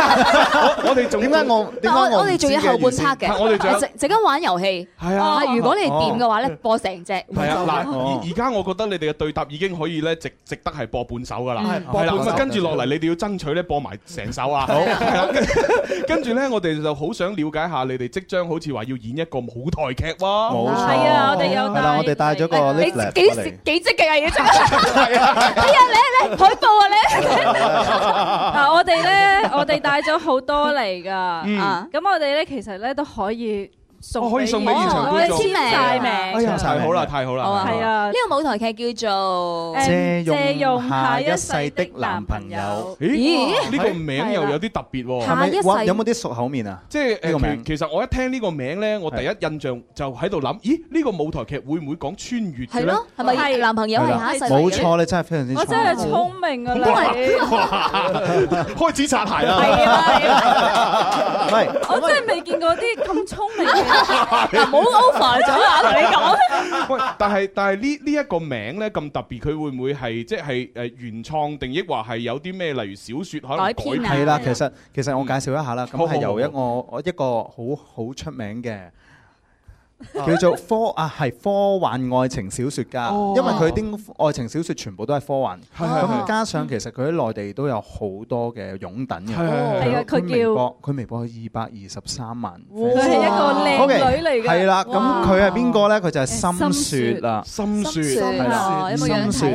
S4: 我哋仲
S17: 點解我點解
S8: 我哋仲要後半 part
S4: 我哋仲有
S8: 嘅，啊陣陣間玩遊戲。
S4: 係啊
S8: 如果你掂嘅話咧，播成隻。
S4: 係
S17: 哦
S4: 啊，嗱，
S8: 哦
S4: 而而家我覺得你哋嘅對答已經可以咧，值值得係播半首噶啦，
S7: 係
S4: 係啦。
S7: 播半
S4: 咁
S7: 首
S4: 啊，跟住落嚟，你哋要爭取咧播埋成首啊。好，係啦跟跟住咧，我哋就好想了解下你哋即將好似話要演一個舞台劇喎。冇
S17: 錯係啊我哋有帶係啦我哋帶咗個你 leaflet 幾過嚟
S18: 幾積極啊！要真係，哎呀你你海報啊
S16: <laughs> 嗱，我哋咧，我哋帶咗好多嚟噶，
S18: 嗯
S16: 咁我哋咧其實咧都可以送
S4: 哦可以送俾現場
S8: 我
S4: 觀
S8: 哋
S4: 眾
S8: 簽
S4: 簽
S8: 名，
S4: 晒名哎呀太好啦太好啦
S8: 好
S4: 係
S16: 啊
S8: 呢個舞台劇叫
S17: 嗯
S8: 做
S16: 誒借用下一
S17: 世的男朋友
S4: 咦？
S17: 咦
S4: 呢個名又有啲特別喎。
S17: 係咪哇有冇啲熟口面啊？
S4: 即係
S17: 呢個
S4: 誒
S17: 名
S4: 其其實我一聽呢個名咧，我第一印象就喺度諗，咦？呢個舞台劇會唔會講穿越嘅
S8: 係
S4: 咧？ <laughs>
S8: 咯，係咪男朋友係下一世嚟嘅？
S17: 冇錯，你真係非常之
S16: 我真係聰明㗎啦，你
S8: <laughs>
S4: 開始擦鞋啦！
S17: 啊
S4: <laughs>
S16: 我真係未見過啲咁聰明嘅人，
S8: 嗱唔好 over 咗啊同你
S4: <laughs>
S8: 講
S4: 喂，但係但係呢呢一個名咧咁特別，佢會唔會係即係誒原創定抑或係有啲咩例如小説可能改編
S16: 啊
S17: 係啦，其實其
S16: 嗯
S17: 實我介紹一下啦，咁
S4: 好好
S17: 係由一
S4: 好
S17: 個我一個好好出名
S7: 啊
S17: 嘅。叫做科啊，係科幻愛情小説家，
S7: 哦
S17: 因為佢啲愛情小説全部都係科幻，
S7: 係係
S17: 咁
S7: 係
S17: 加上其實佢喺內地都有好多嘅擁趸
S7: 係
S17: 嘅，
S7: 係係係啊佢
S17: 微
S7: 叫
S17: 博佢微博有二百二十三萬，
S16: 佢係一個靚
S17: OK，
S16: 女嚟嘅。
S17: 係啦，咁
S16: 哇
S17: 佢係邊個咧？佢就係深雪啊
S16: 啊
S17: 啦，
S4: 深雪
S8: 深雪
S17: 係啦，
S8: 哦有冇樣睇啊
S17: 深雪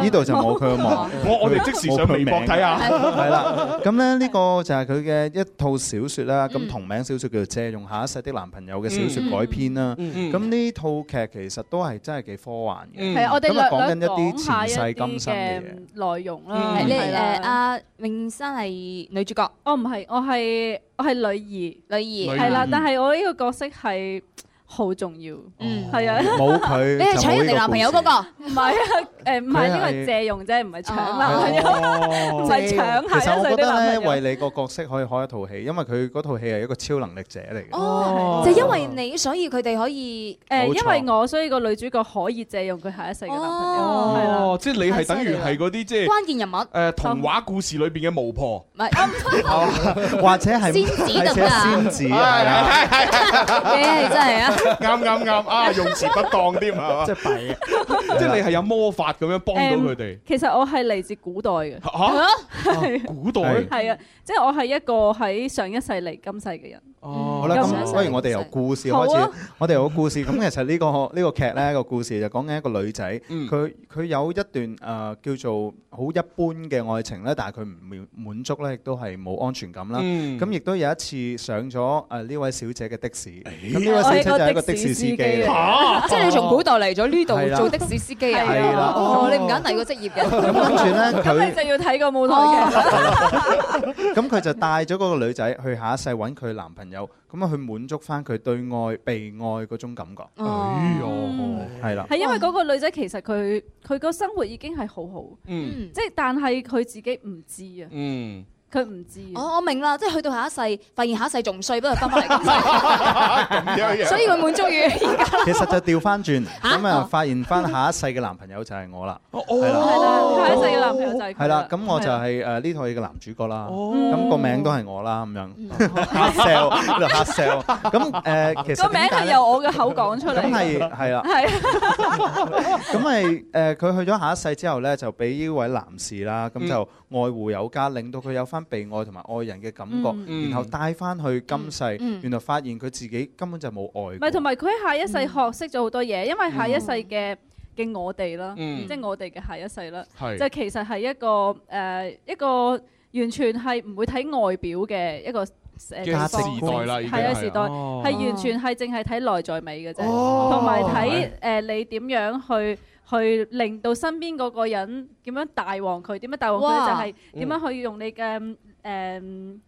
S17: 誒呢度就冇佢嘅
S8: <laughs>
S17: 網，
S4: 我我哋即時上微博睇下
S17: 冇佢名係啦，咁咧呢個就係佢嘅一套小説
S8: 嗯
S17: 啦，咁同名小説叫做《借用下一世的男朋友》嘅小説改編啦。
S8: 嗯
S17: 咁呢套劇其實都係真係幾科幻嘅，
S8: 嗯
S16: 係啊我哋
S17: 咁啊講緊
S16: 略略
S17: 一
S16: 講下
S17: 啲前
S16: 一
S17: 世今
S16: 啲
S17: 生嘅
S16: 嘅
S17: 嘢。
S16: 內容啦。
S8: 嗯誒你
S16: 嗯係啦
S8: 誒阿永生係女主角，
S16: 我唔係，我係我係女
S8: 兒，
S16: 女
S8: 女兒
S16: 係啦
S8: 嗯，
S16: 但係我呢個角色係好重要，嗯，係啊，
S17: 冇佢
S8: <laughs> 你係搶人哋男朋友嗰個，
S16: 唔係啊，誒唔係呢個
S17: 佢係
S16: 係借用啫，唔係搶男朋友， <laughs> 唔
S8: 哦
S16: 係搶
S17: 其實
S16: 下一
S17: 我
S16: 世
S17: 覺
S16: 的男
S17: 得
S16: 朋
S17: 咧，
S16: 友。
S17: 為你個角色可以開一套戲，因為佢嗰套戲係一個超能力者嚟嘅。
S8: 哦，就因為你，所以佢哋可以
S16: 誒，
S17: 冇
S16: 因
S17: 錯
S16: 為我所以個女主角可以借用佢下一世嘅男朋友，係啦。
S4: 哦，即係你係等於係嗰啲即係
S8: 關鍵人物，
S4: 誒童話故事裏邊嘅巫婆。
S8: 唔
S17: <laughs>
S16: <laughs>
S8: 係。 <laughs>
S17: 或者係
S8: 仙子得唔得
S17: 或者仙子啊，
S8: <laughs> 你係
S6: <laughs>
S8: 真係啊！
S4: 啱啱啱啊，用詞不當添啊， <laughs> 即係弊啊！即係你係有魔法咁樣幫到佢哋。
S16: 其實我係嚟自古代嘅，
S4: 嚇啊
S16: 係
S4: 古代
S16: <laughs> 係啊，即係我係一個喺上一世嚟今世嘅人。
S4: 哦
S17: 好啦，咁不如我哋由故事開
S16: 好啊
S17: 始。我哋有個故事，咁其實呢個呢個劇咧個故事就講緊一個女仔，佢佢有一段誒叫做好一般嘅愛情咧，但係佢唔滿滿足咧，亦都係冇安全感啦。
S7: 嗯
S17: 咁亦都有一次上咗誒呢位小姐嘅的士，咁呢
S7: 我係
S17: 位小姐就
S7: 個
S17: 係一
S7: 的
S17: 個的
S7: 士
S17: 士司
S7: 司機
S17: 機
S7: 嚟
S17: 嚟。
S7: 嚇
S8: 啊即係你從古代嚟咗呢
S17: 係啦
S8: 度做的士司機啊？
S17: 係啦
S8: 哦，你唔揀第二個職業嘅。
S17: 咁跟住咧佢
S16: 咁你就要睇個舞台
S4: 哦
S16: 劇。
S17: <laughs> 咁佢就帶咗嗰個女仔去下一世揾佢男朋友，咁啊去滿足翻佢對愛被愛嗰種感覺。
S16: 哎
S17: 係啦，
S16: 係因為嗰個女仔其實佢佢個生活已經係好好，
S4: 嗯
S16: 即係但係佢自己唔知啊，
S4: 嗯，
S16: 佢唔知啊。
S8: 哦，我明啦，即係去到下一世，發現下一世仲衰，不過
S17: <laughs>
S8: 翻返嚟咁世，所以佢滿足於 <laughs> 而家。
S17: 其實就調翻轉，咁
S16: 哦
S17: 啊發現翻下一世嘅男朋友就係我啦。係啦，
S16: 係啦，下一世嘅男朋友就係佢
S17: 係啦，咁我就係誒呢套戲嘅男主角啦。
S4: 哦
S17: 咁個名都係我啦，咁
S16: 嗯
S17: 樣黑 sell 喺度黑 sell。咁誒其實
S16: 個名
S17: 點解
S16: 係
S17: 咧
S16: 由我嘅口講出嚟。
S17: 咁係係啦。
S16: 係
S17: 咁咪誒，佢去咗下一世之後咧，就俾呢位男士啦，
S4: 嗯
S17: 咁就愛護有加，令到佢有翻被愛同埋愛人嘅感覺，
S16: 嗯
S4: 嗯
S17: 然後帶翻去今世，原來發現佢自己根本就冇愛
S16: 唔
S17: 過
S16: 嗯係，。同埋佢下一世
S8: 嗯
S16: 學識咗好多嘢，因為下一世
S4: 嗯
S16: 嘅嘅我哋啦，
S17: 嗯
S16: 即係我哋嘅下一世啦，
S17: 係
S16: 就其實係一個誒、呃一個完全係唔會睇外表嘅一個誒
S4: 嘅時代啦已經
S16: 係啊
S4: 係
S16: 時代
S4: 哦
S16: 係完全係淨係睇內在美嘅啫，
S4: 哦
S16: 同埋睇誒你點樣去。去令到身邊嗰個人點樣大旺佢，點樣大旺佢
S8: 哇嗯
S16: 呢就係點樣去用你嘅誒嗯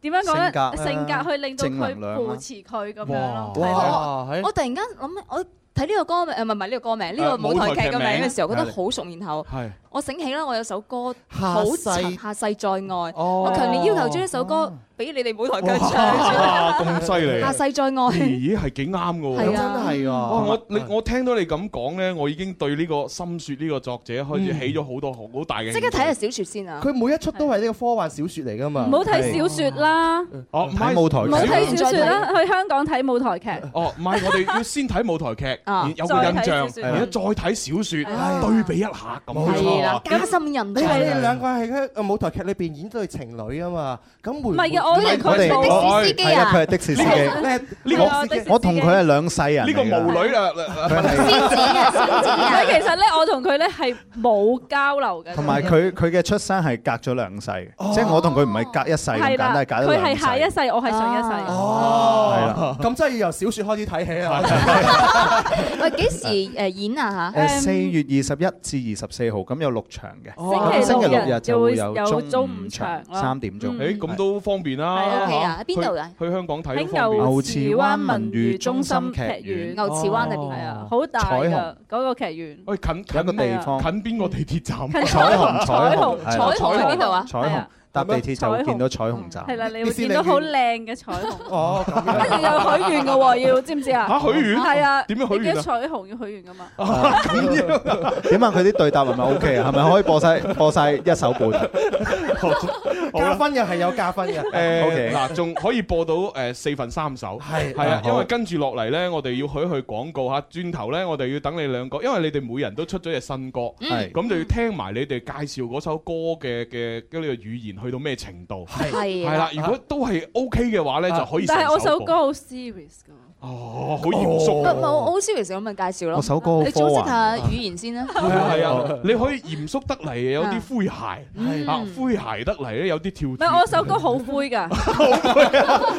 S16: 點樣
S8: 性格
S16: 講
S8: 啊
S16: 咧？性格去令到
S8: 正能量
S16: 佢
S8: 啊
S16: 扶持佢咁樣咯。係
S8: 哇
S16: 啦
S8: 我我突然間諗，我睇呢個歌名，誒唔係唔係呢個歌名，呢個舞台劇嘅名嘅時候，覺得好熟，然後
S4: 係
S8: 我醒起啦，我有首歌
S4: 下
S8: 好
S4: 世
S8: 陳下世再愛，我強烈要求將呢首歌俾你哋舞台劇唱。
S4: 哇咁犀利！
S8: 下世再愛
S4: 咦，係幾啱嘅喎，
S8: 係啊真
S7: 係啊
S4: 哇！我你我聽到你咁講咧，我已經對呢個深雪呢個作者開始起咗好多好好大嘅興趣。
S8: 即刻睇下小説先啊！
S7: 佢每一出都係呢個科幻小説嚟㗎嘛。
S16: 唔好睇小説啦，唔
S4: 哦，唔
S7: 睇舞台劇
S16: 好睇小説啦，去香港睇舞台劇。
S4: 哦，唔係，我
S16: <laughs>
S4: 哋要先睇舞台劇，
S16: 啊
S4: 然有個印象，
S16: 再睇小說
S4: 然後再睇小説，對比一下咁。
S8: 係啦，
S7: 咁
S8: 加深印象。
S7: 你話你哋兩個係喺個舞台劇裏邊演對情侶啊嘛，咁會唔
S16: 係嘅我哋佢
S17: 我哋
S16: 係的士司機
S17: 係
S16: 啊
S17: 佢係的
S16: <laughs>
S17: 士司機。
S7: 呢
S17: 呢個我同佢係兩世人嚟㗎。
S4: 呢個無女啦
S17: 佢
S16: 啊
S17: 係
S16: 但其實咧，我同佢咧係冇交流嘅。
S17: 同埋佢佢嘅出生係隔咗兩世，即係我同佢唔係隔一世咁
S16: 係
S17: 簡
S16: 啦，
S17: 單，係隔咗
S16: 佢
S17: 兩世。哦
S16: 係哦下一世，我係上一世。
S17: 係啦，
S7: 咁 <laughs> 真係要由小説開始睇起啊！
S9: 喂，幾時誒演啊
S17: 誒
S9: 嚇？
S17: 四月二十一至二十四號咁有六場
S9: 哦
S17: 嘅，
S9: 星期六
S17: 六日就
S16: 會
S17: 會
S16: 有
S17: 有
S16: 中
S17: 中
S16: 午
S17: 午
S16: 場
S17: 場
S16: 啦
S17: 三點
S4: 誒
S17: 鐘。
S4: 咁都方便啦。
S16: 係啊
S4: 哦嚇
S16: OK 啊邊度
S9: 啊
S4: 去去香港睇
S16: 喺
S4: 都方便。
S16: 牛池灣文娛中心劇院，
S4: 牛池灣入邊
S16: 係
S17: 哦
S16: 啊，好大
S4: 彩
S16: 㗎
S4: 虹
S16: 嗰個劇院。
S4: 喂，近近啊
S17: 一個地方
S4: 近邊個地鐵站？
S16: 近彩虹彩虹
S17: 彩
S16: 彩虹喺邊度啊
S17: 彩
S16: 係
S17: 虹
S16: 啊
S17: 搭地鐵就
S16: 彩
S17: 會
S16: 虹
S17: 見到彩虹站。
S16: 係啦，你會
S17: 迪士尼
S16: 見到好靚嘅彩
S17: <laughs>
S16: 虹。哦，跟住有許願嘅喎，要知唔知啊？
S17: 嚇許願
S16: 係啊，
S17: 點樣許願啊
S16: 你嘅彩虹要許願噶嘛？
S17: 點啊？佢啲對答係咪 OK 啊？係咪可以播晒播晒一首半？
S7: 加分嘅係有加分嘅。
S4: 誒
S17: OK
S4: 嗱，仲可以播到誒四分三首，係係啊
S17: 啊，
S4: 因為
S17: 好
S4: 跟住落嚟咧，我哋要許去廣告嚇，轉頭咧，我哋要等你兩個，因為你哋每人都出咗隻新歌，
S17: 嗯
S4: 咁就要聽埋你哋介紹嗰首歌嘅嘅嘅呢個語言去到咩程度，係
S16: 係啊
S4: 係啦，如果都係 OK 嘅話咧，就可以成
S16: 但係我
S4: 首
S16: 首歌
S4: 歌，
S16: 好 serious 㗎。
S4: 哦，好嚴肅
S8: 唔冇，我好 serious 咁咪介紹咯。
S4: 我首歌好
S8: 你組
S4: 科
S8: 織
S4: 幻
S8: 下語言先啦。
S4: 係啊係啊，你可以嚴肅得嚟，有啲詼諧，
S8: 嗯
S4: 啊詼諧得嚟咧，有啲跳
S16: 唔
S4: 脱。
S16: 係，我首歌好灰㗎，
S4: <laughs>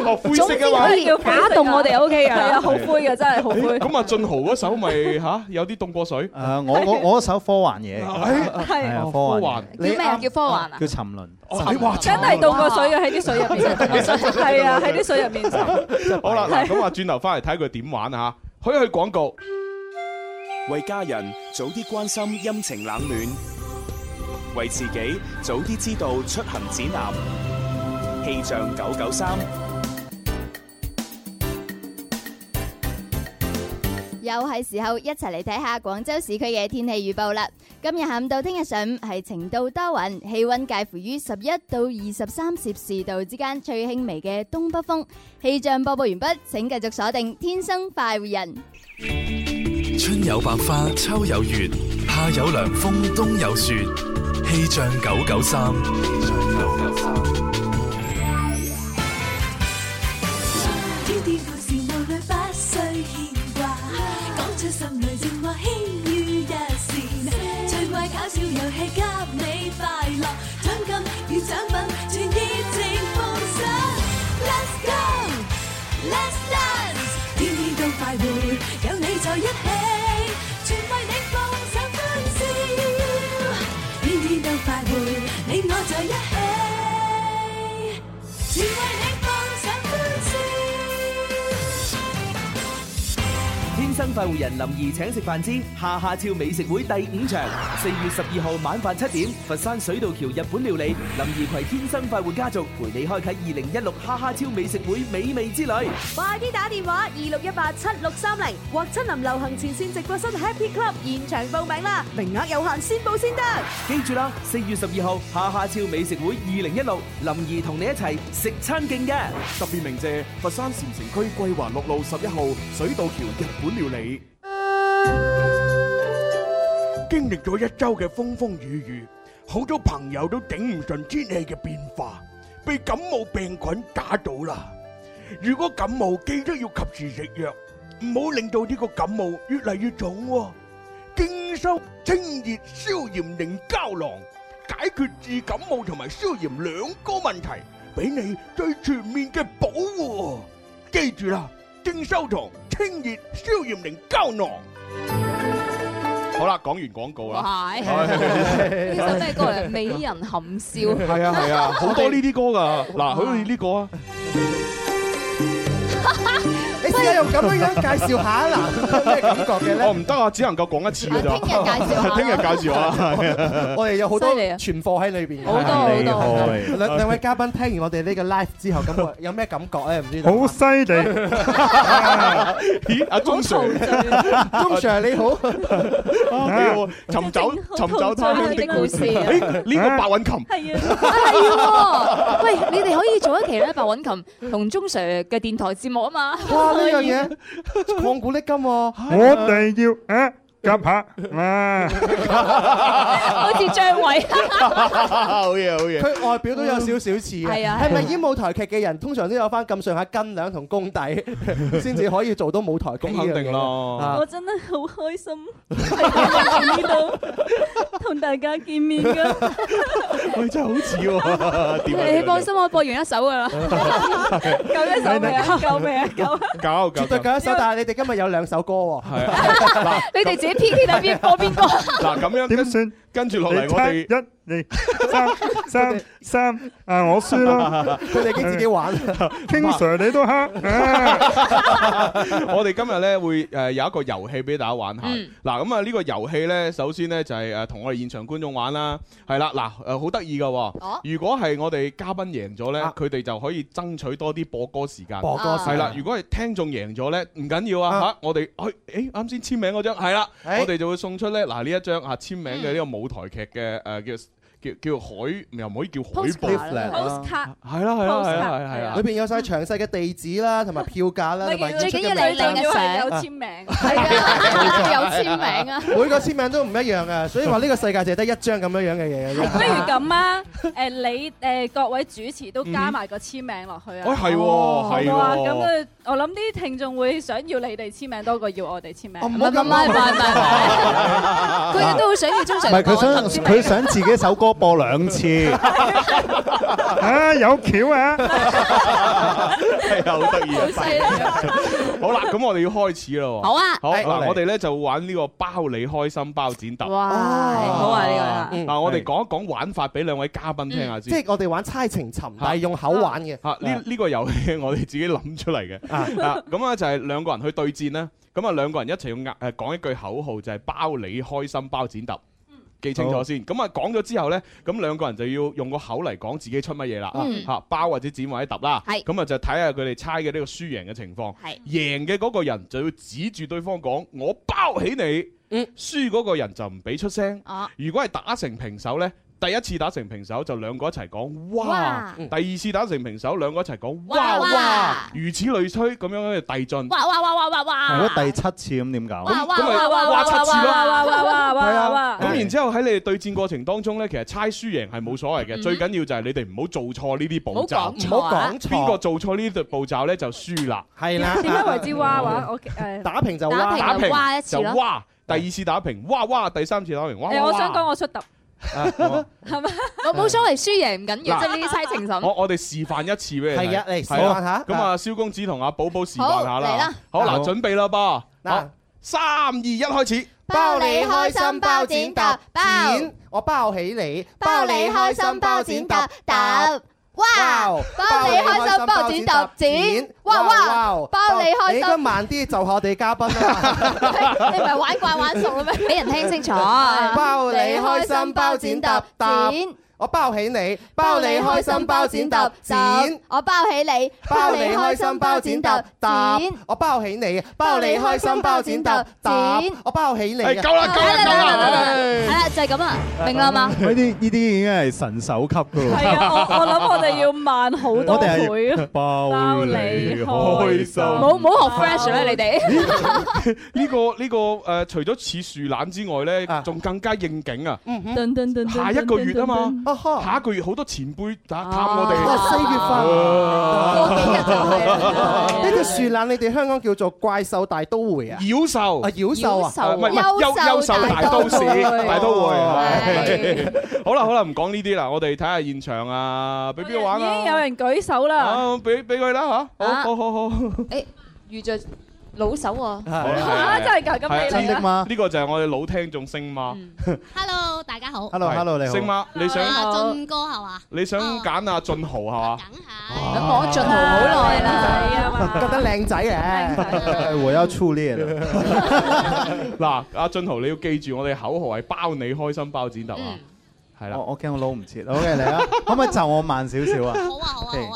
S4: 哦灰色啊嘛，
S16: 要假動我哋 O K 㗎，係 <laughs> 啊，好灰㗎，真係好
S4: 誒
S16: 灰。
S4: 咁啊，俊豪嗰首咪 <laughs> 吓有啲凍過水。哎
S17: 誒，我我我一首科
S4: <laughs>
S17: 幻嘢，
S16: 係
S17: 係啊，
S4: 科
S17: 科
S4: 幻
S17: 幻
S8: 叫咩啊？叫科幻啊？
S17: 叫沉淪。
S16: 哦真係到過水嘅喺啲水入 <laughs> 邊，
S17: <laughs>
S16: 係啊，喺啲水入面
S4: <laughs>
S16: 沉。
S4: 好啦，嗱咁啊，轉頭翻嚟睇佢點玩啊吓，可以去廣告。
S19: 为家人早啲关心阴晴冷暖，为自己早啲知道出行指南。气象九九三，
S9: 又係時候一齊嚟睇下廣州市區嘅天氣預報啦。今日下午到聽日上午係晴到多雲，氣温介乎於十一到二十三攝氏度之間，最輕微嘅東北風。氣象播報完畢，請繼續鎖定《天生快活人》。
S20: 春有百花，秋有月，夏有涼風，冬有雪。氣象九九三，
S11: 天天故事無慮不需牽掛，講出心裏情話輕於一線，趣怪搞笑遊戲給你快樂，獎金與獎品全熱情奉上。Let's go，Let's dance，天天都快活，有你在一起，全為你放上歡笑，天天都快活，你我在一起，全為你放上歡笑。
S2: 天生快活人林怡請食飯之下下跳美食會第五場，四月十二號晚飯七點，佛山水道橋日本料理，林怡葵天生快活家族陪你開啟二零一六哈哈超美食會美味之旅。
S3: 快啲打電話二六一八七六三零或親臨流行前線直播室 Happy Club 現場報名啦，名額有限，先報先得。
S2: 記住啦，四月十二號下下超美食會二零一六，林怡同你一齊食餐勁嘅。
S14: 特別鳴謝佛山禪城區桂華六路十一號水道橋日本料理。
S21: 經歷咗一周嘅風風雨雨，好多朋友都頂唔順天氣嘅變化，被感冒病菌打到啦。如果感冒，記得要及時食藥，唔好令到呢個感冒越嚟越重喎、經收清熱消炎寧膠囊，解決治感冒同埋消炎兩個問題，俾你最全面嘅保護喎。記住啦，經收堂清熱消炎寧膠囊。
S4: 好啦，講完廣告啦。
S8: 係
S4: 係
S8: 哎呢首咩歌嚟？美人含笑。
S4: 係啊係
S8: <laughs>
S4: 啊，好多呢啲歌噶。嗱，好似呢個啊，
S7: 你試下用咁樣樣介紹下
S4: <laughs>
S7: 啊嗱，咩感覺嘅咧？
S4: 我唔得啊，只能夠講一次嘅咋。啊 <laughs> 聽日介紹下。
S7: <laughs> 我哋有好多
S8: 啊
S7: 存貨喺裏邊，
S4: 好多好多啊好多
S7: 兩兩位嘉賓聽完我哋呢個 live 之後，
S4: <laughs>
S7: 咁有咩感覺咧？唔知道。
S17: 好犀利！
S4: 咦，阿鐘 Sir，
S7: 鐘 Sir 你好，
S4: 幾好啊尋找尋找他鄉的故事。哎
S8: 好陶醉
S4: 誒，
S8: 啊
S4: 呢個白韻 <laughs> 琴。
S8: 係啊，係喎！喂，你哋可以做一期咧白韻琴同鐘 Sir 嘅電台節目啊嘛。
S7: 哇！呢樣嘢，曠古瀝今喎。
S17: 我哋要啊
S1: 夾下啊！
S8: 好似張偉，
S4: <laughs> 好嘢好嘢
S7: 佢外表都有少少似嘅，
S8: 係啊係啊
S7: 係咪演舞台劇嘅人通常都有翻咁上下斤兩同功
S4: <laughs>
S7: 底，先至可以做到舞台劇呢樣嘢？
S4: 咁肯定咯
S7: 啊
S16: 我真係好開心喺呢度同大家見面噶，
S7: <laughs>
S4: 喂，真係好似
S16: <laughs>
S4: 喎，點啊
S8: <laughs> 你放心，我播完一首噶啦，
S16: 救一手未啊？ <laughs> 救
S7: <laughs>
S16: 未啊？救！
S4: 搞搞
S7: 絕對夠一首，但係你哋今日有兩首歌喎。
S4: 係
S7: 啊，
S8: <laughs> 你哋自己 P K 睇邊播邊個？
S4: 嗱咁樣點
S1: 算？
S4: 跟住落嚟我哋
S1: 你猜一、二、三、三、三啊！我輸啦！
S7: 佢哋已經自己玩。
S1: King Sir 你都黑啊！
S4: <laughs> 我哋今日咧會誒有一個遊戲俾大家玩下。
S1: 嗯
S4: 嗱咁啊，呢個遊戲咧，首先咧就係誒同我哋現場觀眾玩啦。係啦，嗱呃誒好得意㗎
S1: 哦
S4: 喎。如果係我哋嘉賓贏咗咧，佢哋就可以爭取多啲播歌時間。
S7: 啊播歌時間
S4: 係啦，如果係聽眾贏咗咧，唔緊要啊嚇，我哋誒啱先簽名嗰張係啦，
S7: 誒
S4: 我哋就會送出咧嗱呢一張啊簽名嘅呢個舞台劇嘅誒叫。叫叫海又唔可以叫海報
S7: Postcard 啦 Postcard
S4: 係啦係啦係啦
S16: 啊
S4: 係啦，
S7: 裏邊有晒詳細嘅地址啦，同埋票價啦，同埋
S16: 最緊要你靚嘅相有簽名，係
S7: 啊
S16: <laughs> 有簽名啊
S7: 每個簽名都唔一樣啊，所以話呢個世界就係得一張咁樣樣嘅嘢嘅啫。
S16: 不如咁啊！誒你誒各位主持都加埋個簽名落去啊！
S7: 哎係喎
S16: 好唔好啊
S7: 係喎
S16: 咁誒，我諗啲聽眾會想要你哋簽名多過要我哋簽名。
S7: 唔
S8: 好咁唔係唔係唔係佢哋都好想要中
S1: 唔
S8: 上
S1: 係佢想佢想自己首歌播兩 <laughs>
S16: <laughs>
S1: 次啊！有橋啊！
S4: 係啊，好得意啊！
S1: 好犀利啊
S4: 好啦，咁我哋要開始啦喎。
S8: 好啊
S4: 好
S8: 係
S4: 嗱，我哋咧就玩呢個包你開心包剪揼。
S8: 哇好啊呢個
S4: 個嗱，我哋講一講玩法俾兩位嘉賓聽下
S7: 嗯即係
S4: 先。
S7: 我哋玩猜情尋，但係用口
S18: 啊
S7: 玩嘅。啊
S4: 嚇啊呢呢個遊戲 <laughs> 我哋自己諗出嚟
S7: <laughs>
S4: 嘅。啊，咁啊就係兩個人去對戰啦。咁啊兩個人一齊要呃誒講一句口號，就係包你開心包剪揼。
S18: 嗯
S4: 記清楚先，咁啊講咗之後呢，咁兩個人就要用個口嚟講自己出乜嘢啦，
S18: 嗯
S4: 嚇包或者剪或者揼啦，
S18: 係
S4: 咁啊就睇下佢哋猜嘅呢個輸贏嘅情況
S18: 係，
S4: 贏嘅嗰個人就要指住對方講我包起
S7: 嗯
S4: 你，輸嗰個人就唔俾出聲
S18: 哦。
S4: 如果係打成平手呢，第一次打成平手就兩個一齊講哇
S18: 哇，
S4: 第二次打成平手兩個一齊講
S18: 哇
S4: 哇哇
S18: 哇，
S4: 如此類推咁樣去遞進。
S8: 哇哇哇哇哇
S1: 如
S8: 哇！
S1: 果第七次咁點搞？
S6: 啊
S8: 哇哇
S4: 咁咪
S8: 哇哇
S4: 哇七次咯
S8: 哇哇哇哇哇
S4: 係啊
S8: 哇
S4: 咁然之後喺你哋對戰過程當中咧，其實猜輸贏係冇所謂嘅，
S8: 嗯
S4: 最緊要就係你哋唔好做錯呢啲步
S7: 唔
S4: 驟，
S7: 好講錯啊唔好講錯
S4: 邊個做錯呢啲步驟咧就輸啦。
S7: 係
S16: 點解為之蛙話？我誒
S7: 打平就
S16: 打
S7: 蛙
S16: 平
S4: 打平
S16: 蛙一次
S4: 就
S16: 咯
S4: 哇，第二次打平哇哇，第三次打平哇
S16: 誒，
S4: 哇
S16: 我想
S4: 哇。
S16: 講我 <laughs> 出揼。
S4: 啊
S8: 我冇所謂輸贏唔緊要，
S4: 嗱
S8: 即係呢啲猜情
S4: 我 <laughs>
S8: 審。
S4: 我哋示範一次俾你睇。
S7: 係啊嚟示
S4: 係啊
S7: 範下
S4: 咁啊，蕭公子同阿寶寶示範下
S8: 好嚟
S4: 啦
S8: 啦。
S4: 好
S7: 好
S4: 嗱，準備啦噃。
S7: 嗱
S4: 好，三二一開始。
S7: 包你開心包剪揼剪，我包起你，包你開心包剪揼揼。哇！
S8: 包你開心包剪揼剪哇哇包你開心
S7: 你應該慢啲就我哋嘉賓啦。
S8: <laughs> 你唔係玩慣玩熟啦咩？俾人聽 <laughs> 清楚。
S7: 包你開心包剪揼揼，我包起你，包你開心包剪揼剪，
S8: 我包起你，
S7: 包你開心包剪揼揼
S8: 剪，
S7: 我包起你，包你開心包剪揼揼
S8: 剪，
S7: 我包起你。
S4: 夠啦夠啦夠啦！
S8: 係啦，就係咁啦，明啦嘛？
S1: 呢啲呢啲已經係神手級噶喎。
S16: 係啊，我我諗我哋要慢好多
S1: <laughs> 我哋
S16: 倍
S1: 係
S16: 啊！
S1: 包你開心。
S8: 冇冇學 fresh 咧，你哋。
S4: 呢個呢個誒，除咗似樹懶之外咧，仲更加應景啊！下一個月啊嘛，下一個月好多前輩打探我哋，
S7: 四月份， <laughs> 呢條樹懶你哋香港叫做怪獸大都會啊，
S4: 妖獸
S7: 啊，妖獸啊，
S4: 唔係唔係優優秀大都市大都會，係 <laughs> 好啦好啦，唔講呢啲啦，我哋睇下現場啊，俾邊個玩
S16: 已經有
S4: 啊？
S16: 人舉手啦，
S4: 啊，俾俾佢啦嚇，好好好好。
S8: 誒，遇着老手喎。
S4: 係
S16: 真係㗎咁你嚟啦
S4: 係
S16: 真的嗎
S4: 呢個就係我哋老聽眾星媽
S22: Hello，大家好。
S1: Hello，Hello，你好
S4: 星媽，你想
S22: 啊，俊哥係嘛？啊
S4: 你想揀阿俊豪係嘛？
S1: <laughs>
S8: 咁我進步好耐啦。
S7: <laughs> 覺得靚仔嘅，
S1: 我有初戀
S22: <laughs>
S1: 啦。
S4: 嗱，阿俊豪，你要記住我哋口號係包你開心包剪揼啊！
S22: 嗯
S4: 係啦，
S1: 我我
S22: 啊
S1: 驚我撈唔切。OK，嚟啊，可唔可以就我慢少少啊？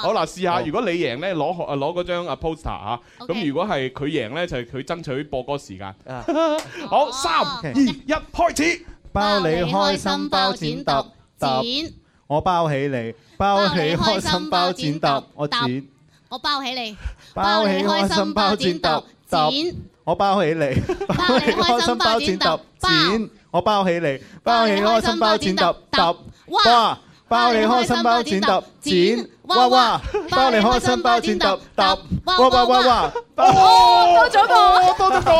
S4: 好嗱，試下如果你贏咧，攞學啊攞嗰張啊 poster 嚇，咁如果係佢贏咧，就係佢爭取播歌時間。
S1: 啊
S4: <laughs>
S1: <laughs>
S4: 好，三
S22: 哦
S4: 二一，開始。
S1: 包你開心包剪揼
S22: 剪
S1: 揼，我包起你，包你開心包剪揼，我剪，
S22: 我包起你，
S1: 包起開心包剪揼揼，我包起你，包
S22: 你開心包剪揼
S1: 剪，我包起你，包你開心包剪揼揼，哇！包你開心包剪揼剪，哇哇！包你開心包剪揼揼，哇哇哇哇！
S18: 哦，多咗個，
S4: 多咗
S18: 個，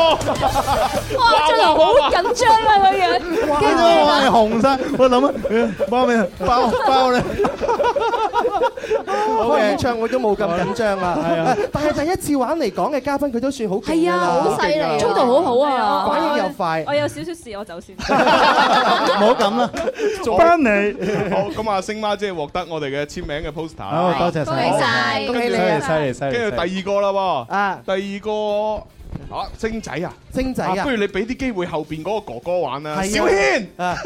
S18: 哇！真係好緊張啊個樣，
S1: 跟住我係紅晒，我諗啊，包咩啊？包包你。
S7: 開演唱會都冇咁緊張
S4: <laughs>
S7: 啦，
S1: 係啊！
S7: 但係第一次玩嚟講嘅嘉賓，佢都算好勁㗎啦
S16: 好犀利啊
S7: 速度
S16: 係
S7: 反應又
S16: <laughs>
S7: 快
S16: 我。有少少事，我走先。
S1: 唔好咁啦，做翻你。
S4: 好，咁啊，星媽姐獲得我哋嘅簽名嘅 poster 啦。
S1: 好多謝晒恭喜晒恭喜你啊犀利犀利犀利
S4: 跟住第二個啦喎，
S7: 啊，
S4: 第二個啊，星仔啊，
S7: 星仔啊
S4: 不如你俾啲機會後邊嗰個哥哥玩
S7: 係
S4: 啊，
S7: 啊
S4: 小軒，
S7: 啊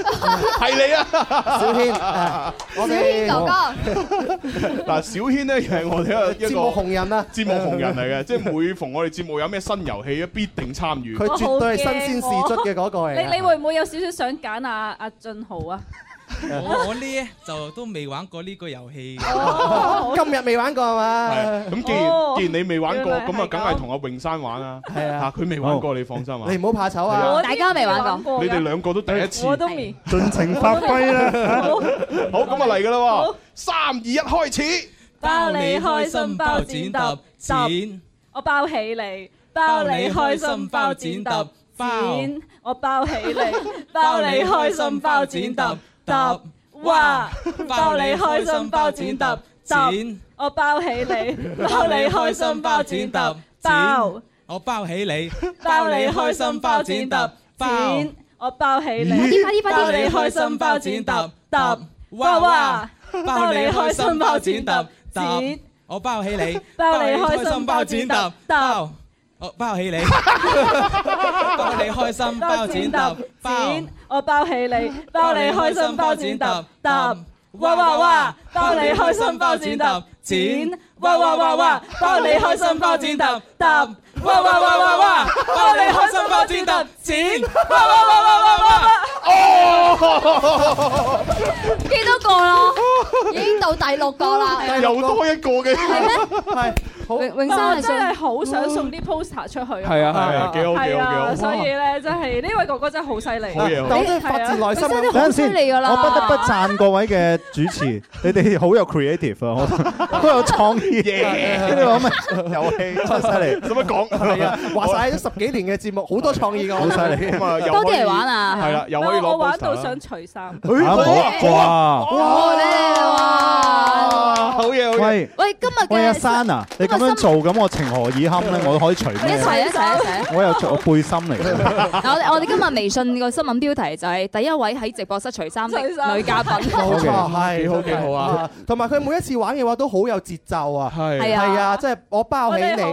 S4: 係你啊，
S7: 小
S4: <laughs>
S7: 軒啊我哋小軒哥哥
S4: 嗱，小軒咧又係我哋一個
S7: <laughs>
S4: 一
S7: 節
S4: 個
S7: 目紅人啊，
S4: 節目紅人嚟嘅，即係每逢我哋節目有咩新遊戲咧，必定參與。
S7: 佢絕對係新鮮事出嘅嗰個嚟
S16: 你
S7: 㗎。
S16: 你會唔會有少少想揀阿阿俊豪啊？
S5: 我我呢就都未玩過呢個遊戲
S7: 哦今日未玩過係啊嘛？
S4: 啊咁既然
S7: 哦
S4: 既然你未玩過，
S7: 原來係
S4: 咁啊梗係同阿泳山玩啦。
S7: 係
S4: 啊，佢未玩過，你放心啊。
S7: 你唔好怕醜啊
S4: 係
S7: 我
S8: 大家未玩過，
S4: 你哋兩個都第一次，
S8: 我都
S16: 未。
S1: 盡情發揮啦！
S4: 好，咁啊嚟噶啦喎，三二一開始，
S16: 包你開心包剪揼剪，我包起你；包你開心包剪揼剪，我包起你；包你開心包剪揼揼，哇！包你開心包剪揼剪，我包起你；包你開心包剪揼包，
S5: 我包起你，
S16: 包你開心包剪揼
S5: 包
S16: 剪，我包起你；
S5: 快啲快啲快啲
S16: 包你開心包剪揼揼，哇哇！
S5: 包你開心包剪揼
S16: 剪
S5: 揼，我包起你，
S16: 包你開心包剪揼
S5: 包，我包起你，包你開心包剪揼包，
S16: 剪，我包起你，包你開心包剪揼揼，哇哇哇，包你開心包剪揼剪，哇哇哇哇，包你開心包剪揼揼，哇哇哇哇哇，包你開心包剪揼剪，哇哇哇哇哇哇，
S4: 哦，
S8: 幾多個咯？已經到第六個啦。
S4: 又多一個嘅，
S7: 係好，
S16: 永
S8: 生係
S16: 真係好想嗯送啲 poster 出去啊！
S4: 係啊係啊幾好
S16: 係啊
S4: 幾好幾好
S16: 所以咧，真係呢位哥哥真係啊好犀利，
S1: 好嘢好嘢
S7: 但我真係發自內心
S1: 啊等陣先，我不得不讚各位嘅主 <laughs> 持，你哋好有 creative 啊，我好有創意。跟住我咪
S4: 遊戲
S1: 真係犀利，
S4: 使乜講？
S7: 係啊，話晒都十幾年嘅節目，好多創意㗎，
S1: 好犀利
S4: 咁啊又
S16: <laughs> 多啲嚟玩啊
S4: 係啦又可以攞
S16: 我玩
S4: poster
S16: 到
S4: 啦
S16: 想除衫，
S1: 啊好啊好啊！
S16: 哇！啊
S4: 好嘢好
S1: 嘢！喂
S8: 喂，今日
S1: 喂，阿
S8: 嘅
S1: 珊啊，你咁樣做咁，我情何以堪咧？我可以除咩？
S8: 一齊一齊一齊
S1: 我又着我背心嚟嘅。
S8: 嗱我哋我哋今日微信個新聞標題就係第一位喺直播室除衫的女嘉 <laughs> 賓。
S7: 冇錯，係
S4: 幾好幾好啊！
S7: 同埋佢每一次玩嘅話都好有節奏啊，
S4: 係
S8: 係啊
S7: 係啊，即係我包
S16: 我
S7: 起
S16: 哋
S7: 你啊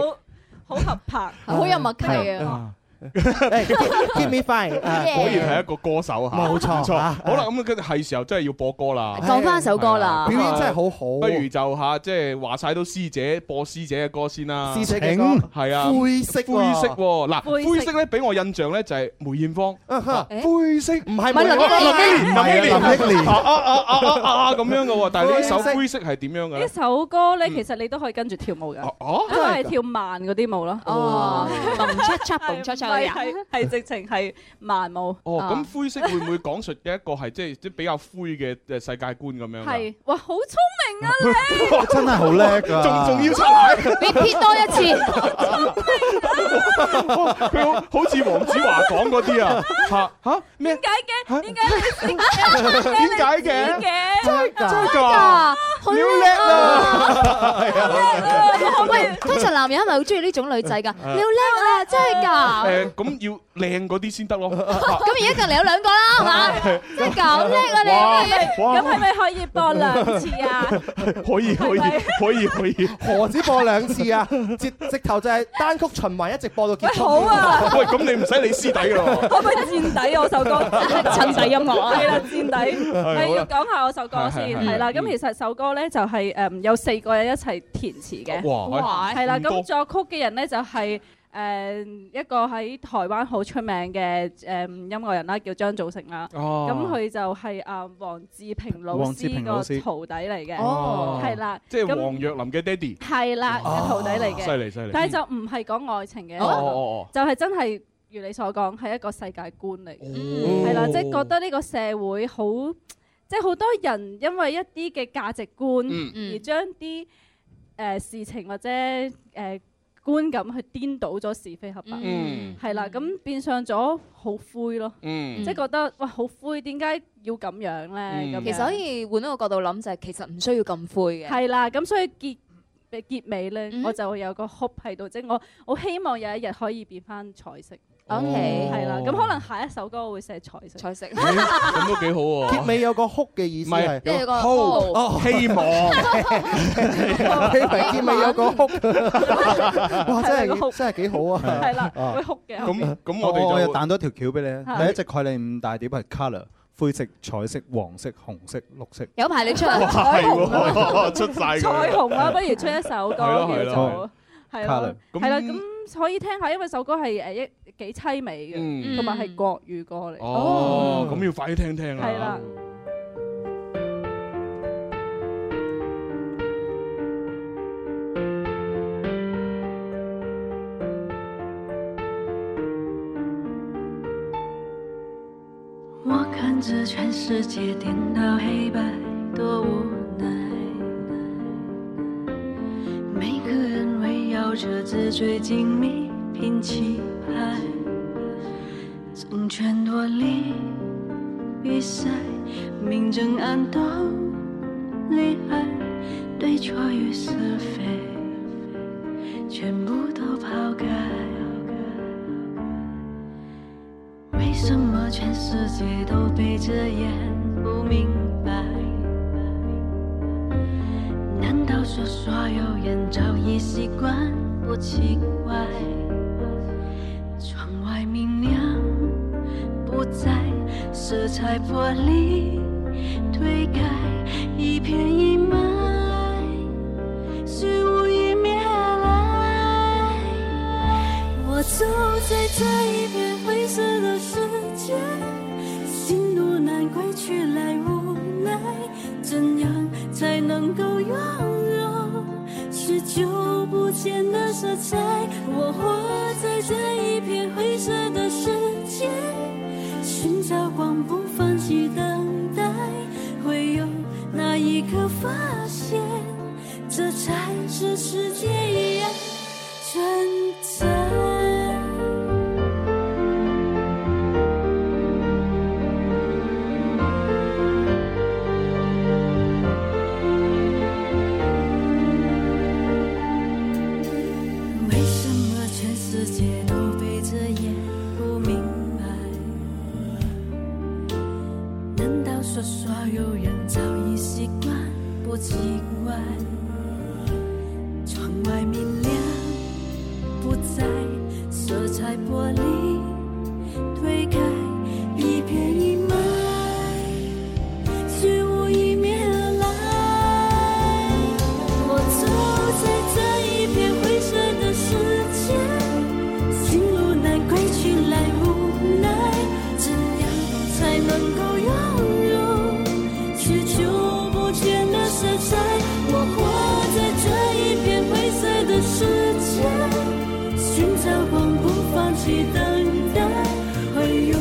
S16: 好好合拍，
S8: <laughs> 好有默契
S7: 係
S8: 啊！
S7: <laughs> ，Keep me fine，啊
S4: 果然係一個歌手嚇，
S7: 冇錯
S4: 唔錯。
S7: 啊
S4: 好啦，咁跟住係時候真係要播歌啦，
S8: 講返首歌啦
S4: 係啊
S7: 表演真係好好
S4: 不如就嚇即係話晒都師姐播師姐嘅歌先啦，
S7: 師姐嘅歌
S4: 係啊，
S7: 灰色喎
S4: 灰色喎，
S7: 灰
S4: 嗱
S7: 色
S4: 灰色咧俾我印象咧就係梅艷芳。
S7: 灰色啊唔係
S4: 咪林憶蓮
S7: 啊
S4: 林憶蓮，
S7: 林憶蓮
S4: 啊啊啊啊啊啊咁樣嘅喎，但係呢首
S16: 灰色
S4: 灰色係點樣嘅
S16: 呢
S4: 咧？
S16: 首歌咧，其實你都可以跟住跳舞㗎，因為係跳慢嗰啲舞咯。
S8: 哦，蹦出出蹦出出嗰啲啊
S16: 係係直情係慢舞。
S4: 哦，咁灰色會唔會講述嘅一個係即係即係比較灰嘅誒世界觀咁樣㗎？
S16: 係哇，好聰明啊
S4: <laughs>
S16: 你！
S1: 真係好叻㗎，
S4: 仲仲要出牌，
S8: 你撇多一次，
S4: 佢好好似黃子華講嗰啲啊，嚇嚇咩？
S16: 點解嘅？點解你
S4: 點解嘅？
S16: 嘅？
S4: 真㗎真
S8: 真
S4: 㗎，
S8: 㗎，好叻啊！喂，
S4: 喂
S8: 通常男人係咪好中意呢種女仔㗎？
S4: 啊
S8: 你好叻啊，真係㗎！
S4: 誒咁要靚嗰啲先得咯。
S8: <laughs> 咁而家近嚟有兩個啦，係嘛？真係㗎，好叻啊你！
S4: 哇
S16: 咁係咪可以播兩次
S4: <laughs>
S16: 啊？
S4: 可以可以可
S16: <laughs>
S4: 以可以，
S7: 何止播兩次啊？ <laughs> 直直頭就係單曲循環，一直播到結束。
S16: 喂好啊
S4: 喂，
S16: <laughs>
S4: 咁你唔使理師弟㗎喎。
S16: 可唔可以墊底我首 <laughs> 歌？
S8: 襯底音樂啊
S16: 係啦，墊底。
S4: 好啦
S16: 係要講下我首歌先，
S4: 係係係嗯
S16: 係啦。咁其實首歌咧就係誒有四個人一齊填詞嘅。
S4: 哇係
S16: 係啦，
S4: 咁多
S16: 咁作曲嘅人咧就係誒誒一個喺台灣好出名嘅誒音樂人啦，叫張祖成啦。
S4: 哦
S16: 咁佢就係啊黃志平老
S4: 黃志
S16: 師
S4: 平
S16: 個
S4: 老師
S16: 徒弟嚟嘅，
S4: 哦
S16: 係啦。
S4: 即係
S16: 咁
S4: 黃若琳嘅爹哋。
S16: 係啦，嘅
S8: 哦
S16: 徒弟嚟嘅。
S4: 犀利犀利
S16: 但係就唔係講愛情嘅，
S4: 哦哦哦
S16: 就係真係如你所講，係一個世界觀嚟嘅。
S4: 哦
S16: 係啦，即係覺得呢個社會好，即係好多人因為一啲嘅價值觀
S18: 嗯
S16: 而將啲誒事情或者誒。觀感去顛倒咗是非黑白
S18: 嗯，
S16: 係啦，咁變相咗好灰咯，
S4: 嗯嗯
S16: 即係覺得哇好灰，點解要咁樣咧？咁
S8: 其實
S16: 樣
S8: 可以換一個角度諗，就係其實唔需要咁灰嘅。嗯
S16: 係啦，咁所以結結尾咧，我就會有個 hope 喺度，即係我我希望有一日可以變翻彩色。
S8: OK
S16: 係啦，咁可能下一首歌我會寫彩色。
S8: 哦彩色。
S4: 咁都幾好喎。
S7: 結尾有個哭嘅意思
S4: 唔係
S7: 係，
S4: 即係有個哭哦希望
S7: 我以為 <laughs> 結尾有
S16: <laughs>
S7: 個哭，哇！真係真係幾好啊！
S16: 係啦
S7: 啊
S16: 會哭
S17: <laughs>
S16: 嘅
S4: 咁咁我哋就
S7: 我又彈多條橋俾你啊。
S16: 係
S7: 第一隻概念五大碟係 colour，灰色、彩色、黃色、紅色、綠色。
S8: 有排你出啊
S7: 哇
S8: 彩虹
S7: 係
S8: 啊
S7: 喎出晒佢
S16: 彩虹啦，不如出一首歌
S7: 係咯係
S16: 叫
S7: 咯
S16: 做係
S7: 卡
S16: 咯
S7: 倫，
S16: 係啦，咁可以聽下，因為首歌係誒一幾凄美
S4: 嗯
S16: 嘅，同埋係國語歌嚟。
S4: 哦，咁要快啲聽聽啦。
S16: 係啦。
S13: 我看着全世界颠倒黑白，多无奈。每个人围绕着纸醉金迷，拼气派，争权夺利比赛，明争暗斗厉害，对错与是非，全部都抛开。为什么全世界都闭着眼不明白？难道说所有人早已习惯不奇怪？窗外明亮不在，色彩玻璃推开，一片阴霾，虚无迎面而来。我走在这一片灰色的世界，喜怒难归去来无奈，怎样才能够拥有许久不见的色彩？我活在这一片灰色的世界，寻找光，不放弃等待，会有那一刻发现，这才是世界一样。存在。为什么全世界都闭着眼不明白？难道说所有人早已习惯不奇怪？窗外明亮。不在，色彩玻璃推开，一片阴霾，虚无迎面而来。我走在这一片灰色的世界，喜怒难归去来无奈，怎样才能够拥有？许久不见的色彩，我活在这一片灰色的世界，寻找光不放弃等待，会有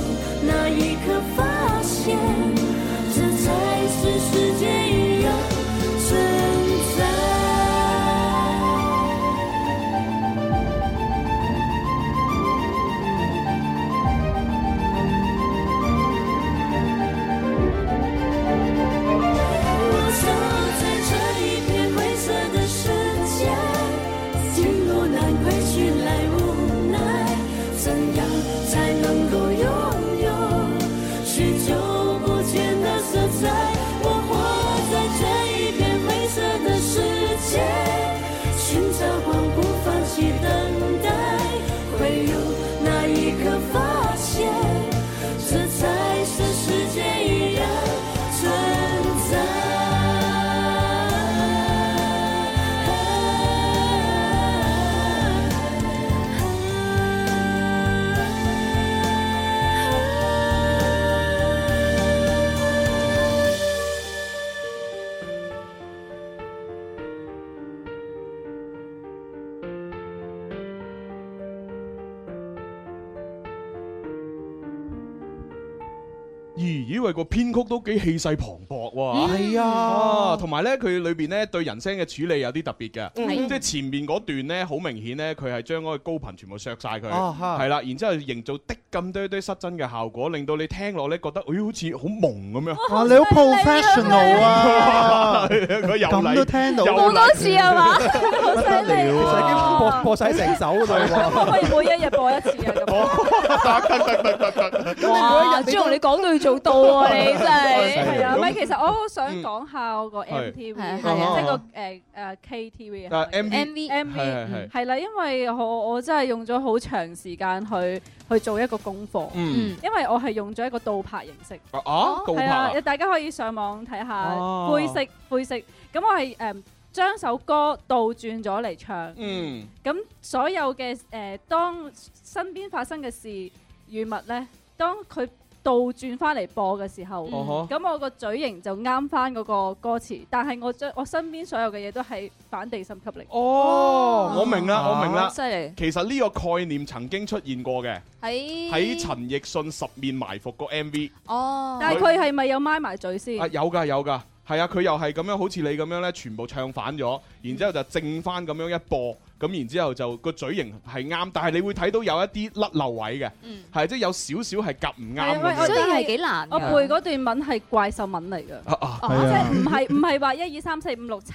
S4: 咦咦喂，個編曲都幾氣勢磅礴喎！
S7: 嗯係啊
S4: 同埋咧佢裏邊咧對人聲嘅處理有啲特別嘅，
S7: 嗯
S4: 即係前面嗰段咧好明顯咧，佢係將嗰個高頻全部削晒佢，
S7: 啊哈
S4: 係啦，然之後營造的咁多堆失真嘅效果，令到你聽落咧覺得，哎好似好朦咁樣。
S17: 哇！你好
S16: 哦
S17: professional 啊，
S4: <laughs> 佢又嚟
S17: 咁都聽到，
S4: 又嚟
S16: 啊
S4: <laughs>
S17: 不得了
S7: 播播晒成首嗰度
S16: <laughs> 可唔可以
S7: 喎。
S16: 每一日播一次啊？
S7: 咁你每一日你
S16: 朱紅
S7: 都
S16: 你講到要做到啊！你真係
S4: 係
S16: 係
S4: 咁
S16: 啊，
S4: 嗯
S16: 唔係其實我好想講下我個
S4: 係哦
S16: MTV，
S4: 係
S16: 係啊
S4: 係
S16: 即係個誒誒 KTV
S4: 啊
S16: 啊
S4: MV 係係
S16: MV
S4: 係
S16: 嗯係啦，因為我我真係用咗好長時間去去做一個功課，
S4: 嗯
S16: 因為我係用咗一個倒拍形式。
S4: 啊啊告
S16: 係
S4: 拍啊
S16: 啊，大家可以上網睇下
S4: 哦
S16: 灰色灰色，咁我係誒將首歌倒轉咗嚟唱。
S4: 嗯
S16: 咁所有嘅誒、呃，當身邊發生嘅事與物咧，當佢倒轉翻嚟播嘅時候，
S4: 哦
S16: 咁、我個嘴型就啱翻嗰個歌詞，但係我將我身邊所有嘅嘢都係反地心吸力。
S4: 哦我明
S17: 啊
S4: 啦，我明啦，
S16: 犀利
S4: 其實呢個概念曾經出現過嘅，
S16: 喺
S4: 喺陳奕迅《十面埋伏》個 MV。
S16: 哦，但係佢係咪有咪埋嘴先？
S4: 啊，有噶有噶，係啊，佢又係咁樣，好似你咁樣咧，全部唱反咗，然之後就正翻咁樣一播，咁然之後就個嘴型係啱，但係你會睇到有一啲甩漏位嘅，係即係有少少係夾唔啱
S16: 嗯喂
S4: 咁
S16: 我
S4: 樣。
S16: 真我
S4: 㗎
S16: 背嗰段文係怪獸文嚟㗎。
S4: 啊啊
S16: 哦
S4: 係啊
S16: 即係唔係唔係話一二三四五六七，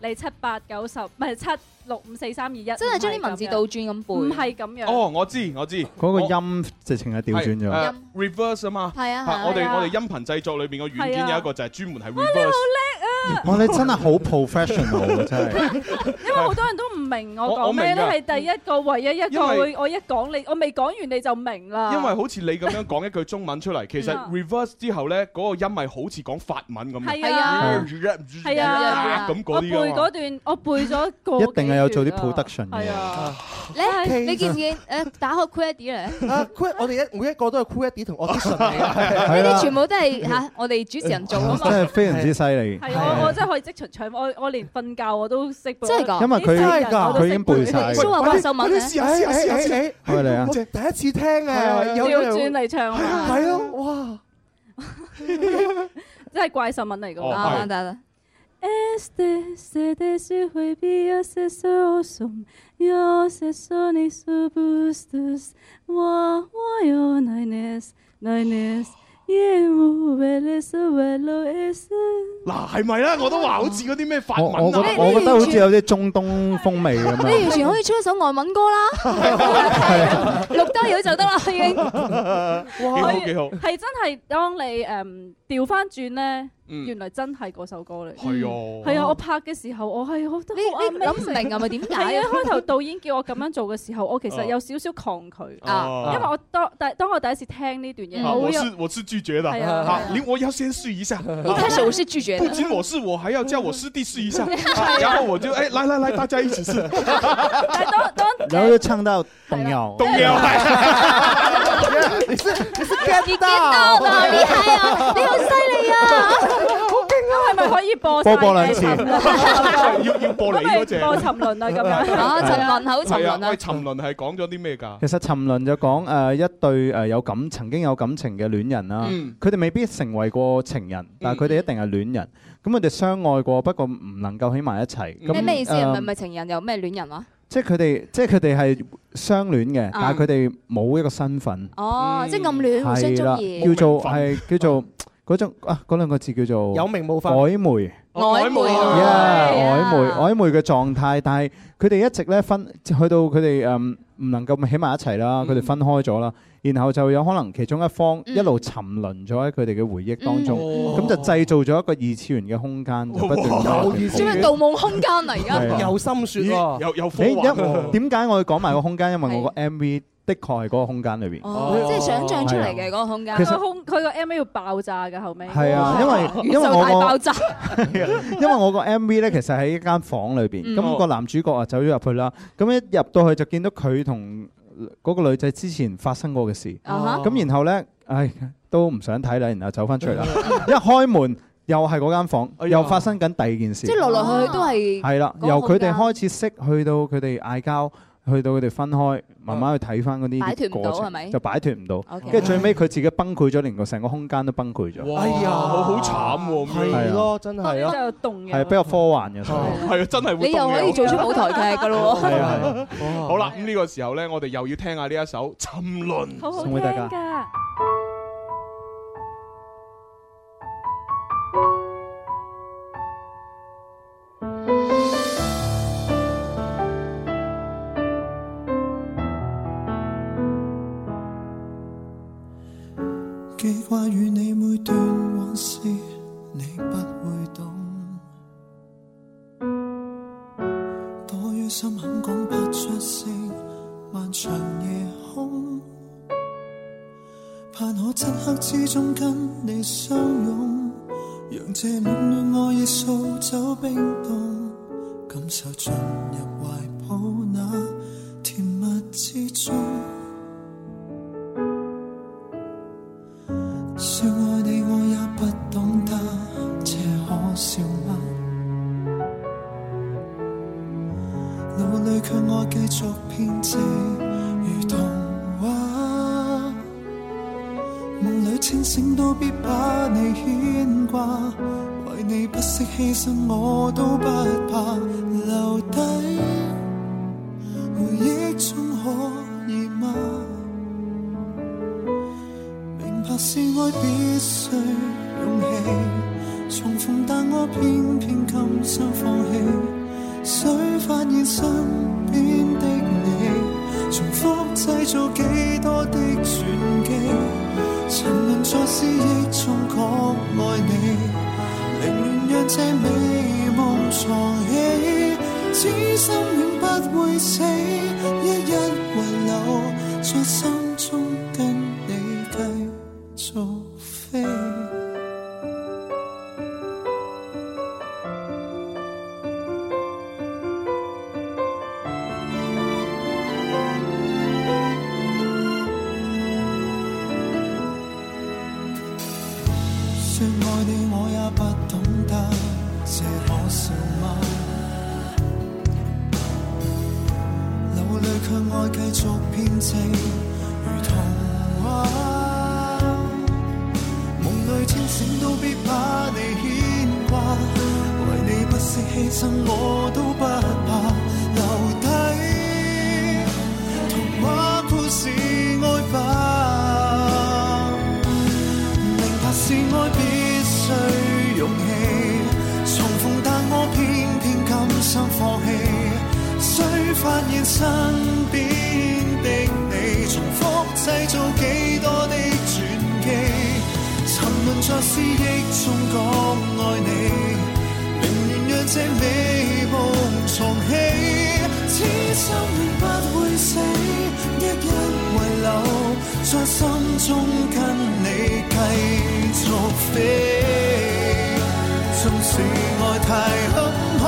S16: 你七八九十，唔係七六五四三二一，真
S8: 係將啲文字倒轉咁背
S16: 唔係咁樣。
S4: 哦，我知我知，
S17: 嗰個音直情係調轉
S4: 係
S17: 咗
S4: 誒。reverse 啊嘛，
S16: 係啊係啊
S4: 我哋
S16: 係啊
S4: 我哋音頻製作裏邊個軟件
S16: 係啊
S4: 有一個就係專門係
S16: 哇！你
S4: reverse。
S16: 好
S17: 哇！你真係好
S4: <laughs>
S17: professional 啊，真係。
S16: 叻啊！因為好多人都唔明我
S4: 我我
S16: 講
S4: 明㗎
S16: 咩咧，係第一個唯一一
S4: 因
S16: 個
S4: 為
S16: 會我一講你，我未講完你就明
S8: 啊
S16: 啦。
S4: 因為好似你咁樣講一句中文出嚟，其實
S16: 嗯
S4: reverse 之後呢，嗰個音係好似講法文咁嘅。
S16: 係啊係啊，
S4: 咁
S16: 我
S4: 嗰
S16: 背
S4: 啲㗎嘛
S16: 嗰段，我背咗個
S17: 一定係有做啲
S16: 幾段啊
S17: production
S16: 係
S17: 嘅。
S16: 啊，
S8: <laughs> 你你見唔見？誒，打開 Query 咧，
S7: 啊，Cool，我哋一每一個都係 Cool 一啲同 audition 嚟
S4: <laughs>
S8: <laughs>
S7: 嘅，
S8: 呢啲全部都係嚇我哋主持人做啊
S17: <laughs>
S8: 嘛。
S17: 真係非常之犀
S8: <laughs>
S17: 利。
S16: 係啊，我我真係可以即場唱，我我連瞓覺我都識背。
S8: 真係㗎
S17: 因為佢
S16: 呢世人我都
S17: 佢已經背
S16: 識
S17: 晒。
S8: 蘇華怪獸
S7: 快啲
S8: 文咧，
S7: 試下試下試下試下
S17: 喂嚟啊
S7: 我！第一次聽啊，有
S16: 調轉嚟唱
S7: 係啊
S16: 啊！
S7: 係咯，哇！
S16: <laughs> 真係怪獸文嚟㗎。
S8: 哦係啊得
S10: Este se desuje via ses osum, yo se soni subustus, wa wa yo naines, naines, ye mu veles velo es.
S4: 嗱，係咪啦？我都
S8: 嗯
S4: 話好似嗰啲咩法
S17: 我
S4: 文啊
S17: 我覺得我覺得好似有啲中東風味咁
S8: 你
S17: 樣。
S8: 完全可以出一首外文歌啦，錄低咗就得啦，已
S4: <laughs>
S16: <laughs>
S8: 經。
S4: 幾好幾好。
S16: 係真係當你誒調翻轉咧，
S4: 嗯
S16: 原來真係嗰首歌嚟。
S4: 係啊
S16: 係啊！我拍嘅時候，我係好得
S8: 你你諗唔明係咪點解啊哦
S16: 係啊！開頭導演叫我咁樣做嘅時候，我其實有少少抗拒，
S4: 啊
S16: 因為我當但當我第一次聽呢段
S8: 嗯
S16: 嘢，
S4: 啊，
S16: 我
S4: 我
S16: 會有
S4: 是我是拒绝的，
S16: 哎呀哎呀
S4: 啊，你我要先试一下。一
S8: 一开始我是拒绝的嗯啊
S4: 不仅我是，我还要叫我师弟试一下啊
S16: 哎呀，
S4: 然后我就哎，来来来，大家一起试。
S17: 然後就唱到動搖。
S4: 動
S8: <laughs>
S4: 搖。
S7: 你識你識
S8: 你
S7: get
S8: 到的好厲害啊！你好犀利啊！
S16: <laughs> 好勁啊！係咪可以播晒
S17: 播播兩
S16: 嘅
S17: 次
S16: 沉淪啊
S4: 要要播你嗰只。
S16: 播沉淪啊咁樣
S8: 啊沉淪好沉淪啊
S4: 係喂，沉淪係講咗啲咩
S7: 啊
S4: 㗎？
S17: 其實沉淪就講誒、呃一對誒有感曾經有感情嘅戀人啦，
S4: 嗯
S17: 佢哋、未必成為過情人，
S8: 嗯
S17: 但係佢哋一定係戀人。咁佢哋相愛過，不過唔能夠喺埋一齊。咁
S8: 你咩意思？啊
S17: 呃
S8: 唔係唔係情人又咩戀人啊？
S17: 即係佢哋，即係佢哋係相戀嘅，
S8: 啊
S17: 但係佢哋冇一個身份。
S8: 哦，即係暗戀互相
S17: 係啦
S8: 中，意，
S17: 叫做係叫做嗰種啊，嗰兩個字叫做
S7: 有名冇份
S17: 曖昧。
S8: 曖昧
S17: 呀，曖
S8: dạ.
S17: 昧曖昧嘅狀態，但係佢哋一直咧分，去到佢哋誒唔能夠喺埋一齊啦，佢哋分開咗啦，然後就有可能其中一方一路沉淪咗喺佢哋嘅回憶當中，咁就製造咗一個二次元嘅空間，就不斷
S7: 有意思
S8: 做咩盜夢空間啊？而
S17: 係啊
S8: 家
S7: 有心説
S4: 咦
S7: 喎，
S4: 有有科幻
S17: 誒
S7: <laughs>
S17: 一
S4: 喎。
S17: 點解我要講埋個空間？因為我個 MV 的確係嗰個空間裏邊，
S8: 哦，即係想像出嚟
S17: 係啊。
S8: 嘅嗰個空間
S16: 佢。個空佢個 MV 要爆炸㗎後尾。
S17: 係啊，因為
S8: 宇
S17: 因為
S8: 宙
S17: 我
S8: 大
S17: 個
S16: <laughs>
S8: 爆炸， <laughs>
S17: 因為我個 MV 咧，其實喺一間房裏邊，
S8: 嗯
S17: 咁個男主角啊走咗入去啦，咁一入到去就見到佢同嗰個女仔之前發生過嘅事，
S8: 啊哈
S17: 咁然後咧，唉都唔想睇啦，然後走翻出嚟啦，一開門又係嗰間房，又發生緊第二件事
S8: 即係，來來去去都係
S17: 係啦，
S8: 嗰個
S17: 由佢哋
S8: 空間
S17: 開始識去到佢哋嗌交。去到佢哋分開，慢慢去睇翻嗰
S8: 擺脫
S17: 啲
S8: 唔
S17: 過
S8: 到
S17: 程
S8: 係咪
S17: 就擺脱唔到。
S8: OK
S17: 跟住最尾佢自己崩潰咗，連個成個空間都崩潰咗。
S4: 哎呀，好好慘喎！咁樣
S17: 係咯真係啊
S16: 就動
S17: 係比較科
S8: <laughs>
S17: 幻嘅。
S4: 係啊，真係會
S8: 你又可以做出舞台劇噶咯
S4: 係啊
S8: 喎！
S4: 係
S8: <laughs>
S4: 啊好啦，咁呢個時候咧，我哋又要聽下呢一首《沉淪》，
S16: 好好
S4: 送
S16: 聽
S4: 俾大家。
S16: 㗎。
S12: 記掛與你每段往事，你不會懂。多於心肯講不出聲，漫長夜空，盼可漆黑之中跟你相擁，讓這暖暖愛意掃走冰凍，感受進入懷抱那甜蜜之中。說愛你我也不懂得，這可笑嗎？腦裏卻愛繼續編織，如童話。夢裏清醒都必把你牽掛，為你不惜犧牲我都不怕，留低回憶中可以嗎？明白是愛必須勇氣，重逢但我偏偏甘心放棄。想發現身邊的你，重複製造幾多的傳記，沉淪在思憶中講愛你，寧願讓這美夢藏起，此心永不會死，一一遺留在心中跟你繼續飛。說愛你我也不懂得，這可笑嗎？腦裏卻愛繼續編織，如童話。夢裏清醒都必把你牽掛，為你不惜犧牲我都不怕，留低童話故事愛吧。明白是愛必須勇氣，重逢但我偏偏甘心放棄。雖發現身邊的你，重複製造幾多的傳記，沉淪在思憶中講愛你，寧願讓這美夢重起。此生永不會死，一一遺留在心中，跟你繼續飛。縱使愛太坎坷，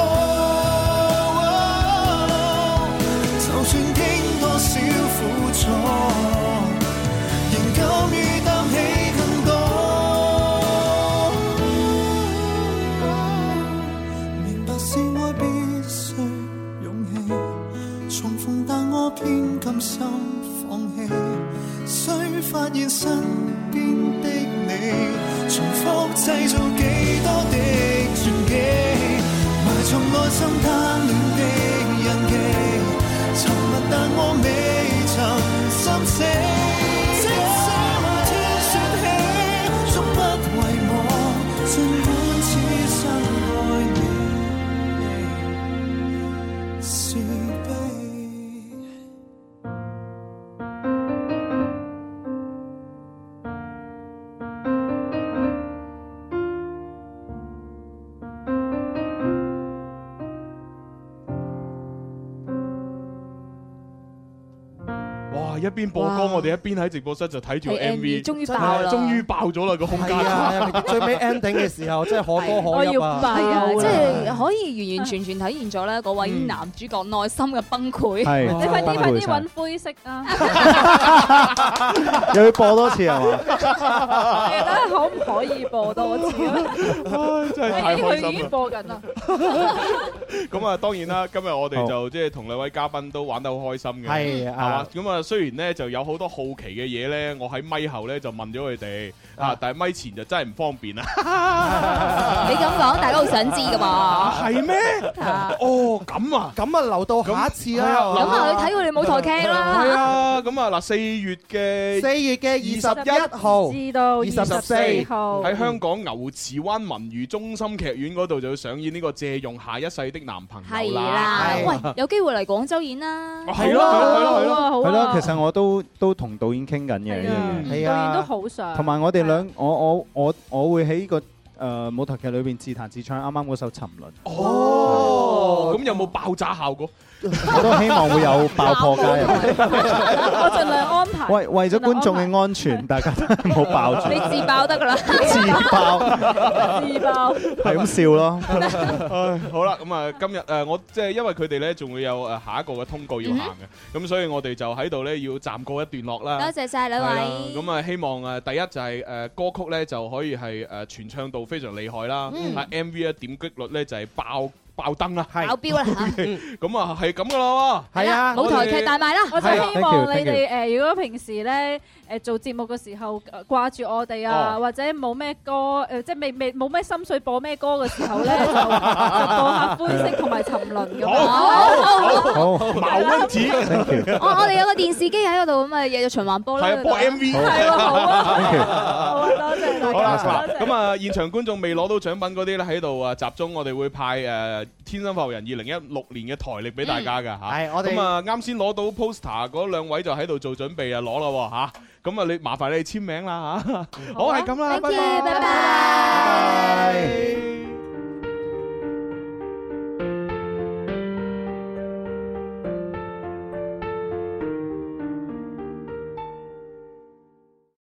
S12: 就算經多少苦楚，仍敢於擔起更多。明白是愛必須勇氣，重逢但我偏甘心放棄。雖發現身邊的你，重複製造幾多的傳記，埋藏內心貪戀的印記，沉默但我未曾心死。即使某天說起，總不遺忘，儘管此生愛你。是悲。
S4: 哇！一邊播歌，
S7: 哇
S4: 我哋一邊喺直播室就睇住個
S7: 睇
S4: MV，
S7: MV 終於爆啦
S4: 真係終於爆咗啦個空間
S7: 係啊，最尾 ending 嘅時候真係可歌
S4: <laughs>
S7: 可泣啊！
S8: 係啊，即係可以完完全全體現咗咧嗰位
S7: 嗯
S8: 男主角內心嘅崩潰。
S1: 係
S16: 你快啲快
S1: 崩
S16: 啲
S1: 潰晒
S16: 揾灰色啊！
S1: 又要播多次係嘛？
S16: 你睇下可唔可以播多次啊？哎
S4: 真
S16: <laughs>
S4: 係太開
S16: 佢已
S4: 心
S16: 經
S4: 啦！
S16: 播緊啦。
S4: 咁啊，當然啦，今日我哋就即係同兩位嘉賓都玩得好開心嘅，
S7: 係
S4: 係嘛
S7: 啊？
S4: 咁啊，雖然咧就有好多好奇嘅嘢咧，我喺咪後咧就問咗佢哋啊，但係咪前就真係唔方便啦。
S8: 你咁講，大家好想知噶嘛？
S4: 係咩？哦，咁啊，
S7: 咁啊，留到下一次啦。
S8: 咁啊，去睇我哋舞台劇啦。
S4: 係啊，咁啊嗱，四月嘅
S7: 四月嘅二十一號
S16: 至到
S7: 二十四號
S4: 喺香港牛池灣文娛中心劇院嗰度就要上演呢個借用下一世的男朋友
S8: 係
S4: 啦
S8: 啦，。喂，有機會嚟廣州演
S17: 哦
S8: 啦。啊
S4: 係咯係咯係
S16: 咯
S1: 係咯，其實我都都同導演傾緊嘅呢樣嘢，
S16: 導演都好想。啊
S1: 同埋我哋兩，我我我我會喺個誒舞台劇裏邊自彈自唱啱啱嗰首《沉淪》，
S4: 哦，咁有冇爆炸效果？
S1: 我都希望會有爆破加入。
S16: 我盡量安排。
S1: 為為咗觀眾嘅安全，大家都唔好爆
S16: <laughs>
S1: 住，
S8: 你自爆得噶啦。
S1: 自
S8: <laughs>
S1: 爆
S16: 自爆。
S1: 係咁笑
S16: <laughs>
S1: 咯。 <laughs>
S4: <laughs> 唉好啦，咁啊，今日誒我即係因為佢哋咧仲會有誒下一個嘅通告要行嘅，咁所以我哋就喺度咧要暫告一段落啦。
S8: 多謝晒
S4: 係
S8: 兩
S4: 啦
S8: 位。
S4: 咁啊，希望誒第一就係誒歌曲咧就可以係誒傳唱度非常厲害啦，
S8: 嗯
S4: 啊 MV 咧點擊率咧就係爆爆燈啦，
S8: 爆標啦嚇
S4: OK，咁 <laughs> 啊係咁噶啦喎，
S16: 係啊
S8: 舞台劇大賣啦
S16: 我就希
S4: 係
S16: 望
S4: 啊，thank
S16: 你
S4: you，thank
S16: 哋
S4: you
S16: 誒，如果平時咧誒做節目嘅時候呃掛住我哋啊，
S4: 哦
S16: 或者冇咩歌呃誒，即係未未冇咩心水播咩歌嘅時候
S4: <laughs>
S16: 咧，就就播下灰色同埋沉淪咁樣。
S8: 好好好
S1: 好，
S4: 矛
S1: 蚊
S4: 子，
S8: 哦我我哋有個電視機喺嗰度，咁啊日日循環播啦。
S4: 係啊播 MV
S8: 係喎，好啊。
S4: 好啦，嗱咁啊，現場觀眾未攞到獎品嗰啲咧，喺度啊集中，我哋會派誒《天生浮人》二零一六年嘅台歷俾大家
S8: 嗯
S4: 噶嚇。
S7: 係我哋
S4: 咁啊，啱先攞到 poster 嗰兩位就喺度做準備啊，攞啦喎嚇。咁啊，你麻煩你哋簽名啦嚇。好係咁啦，拜拜。
S8: 拜拜。
S4: 拜拜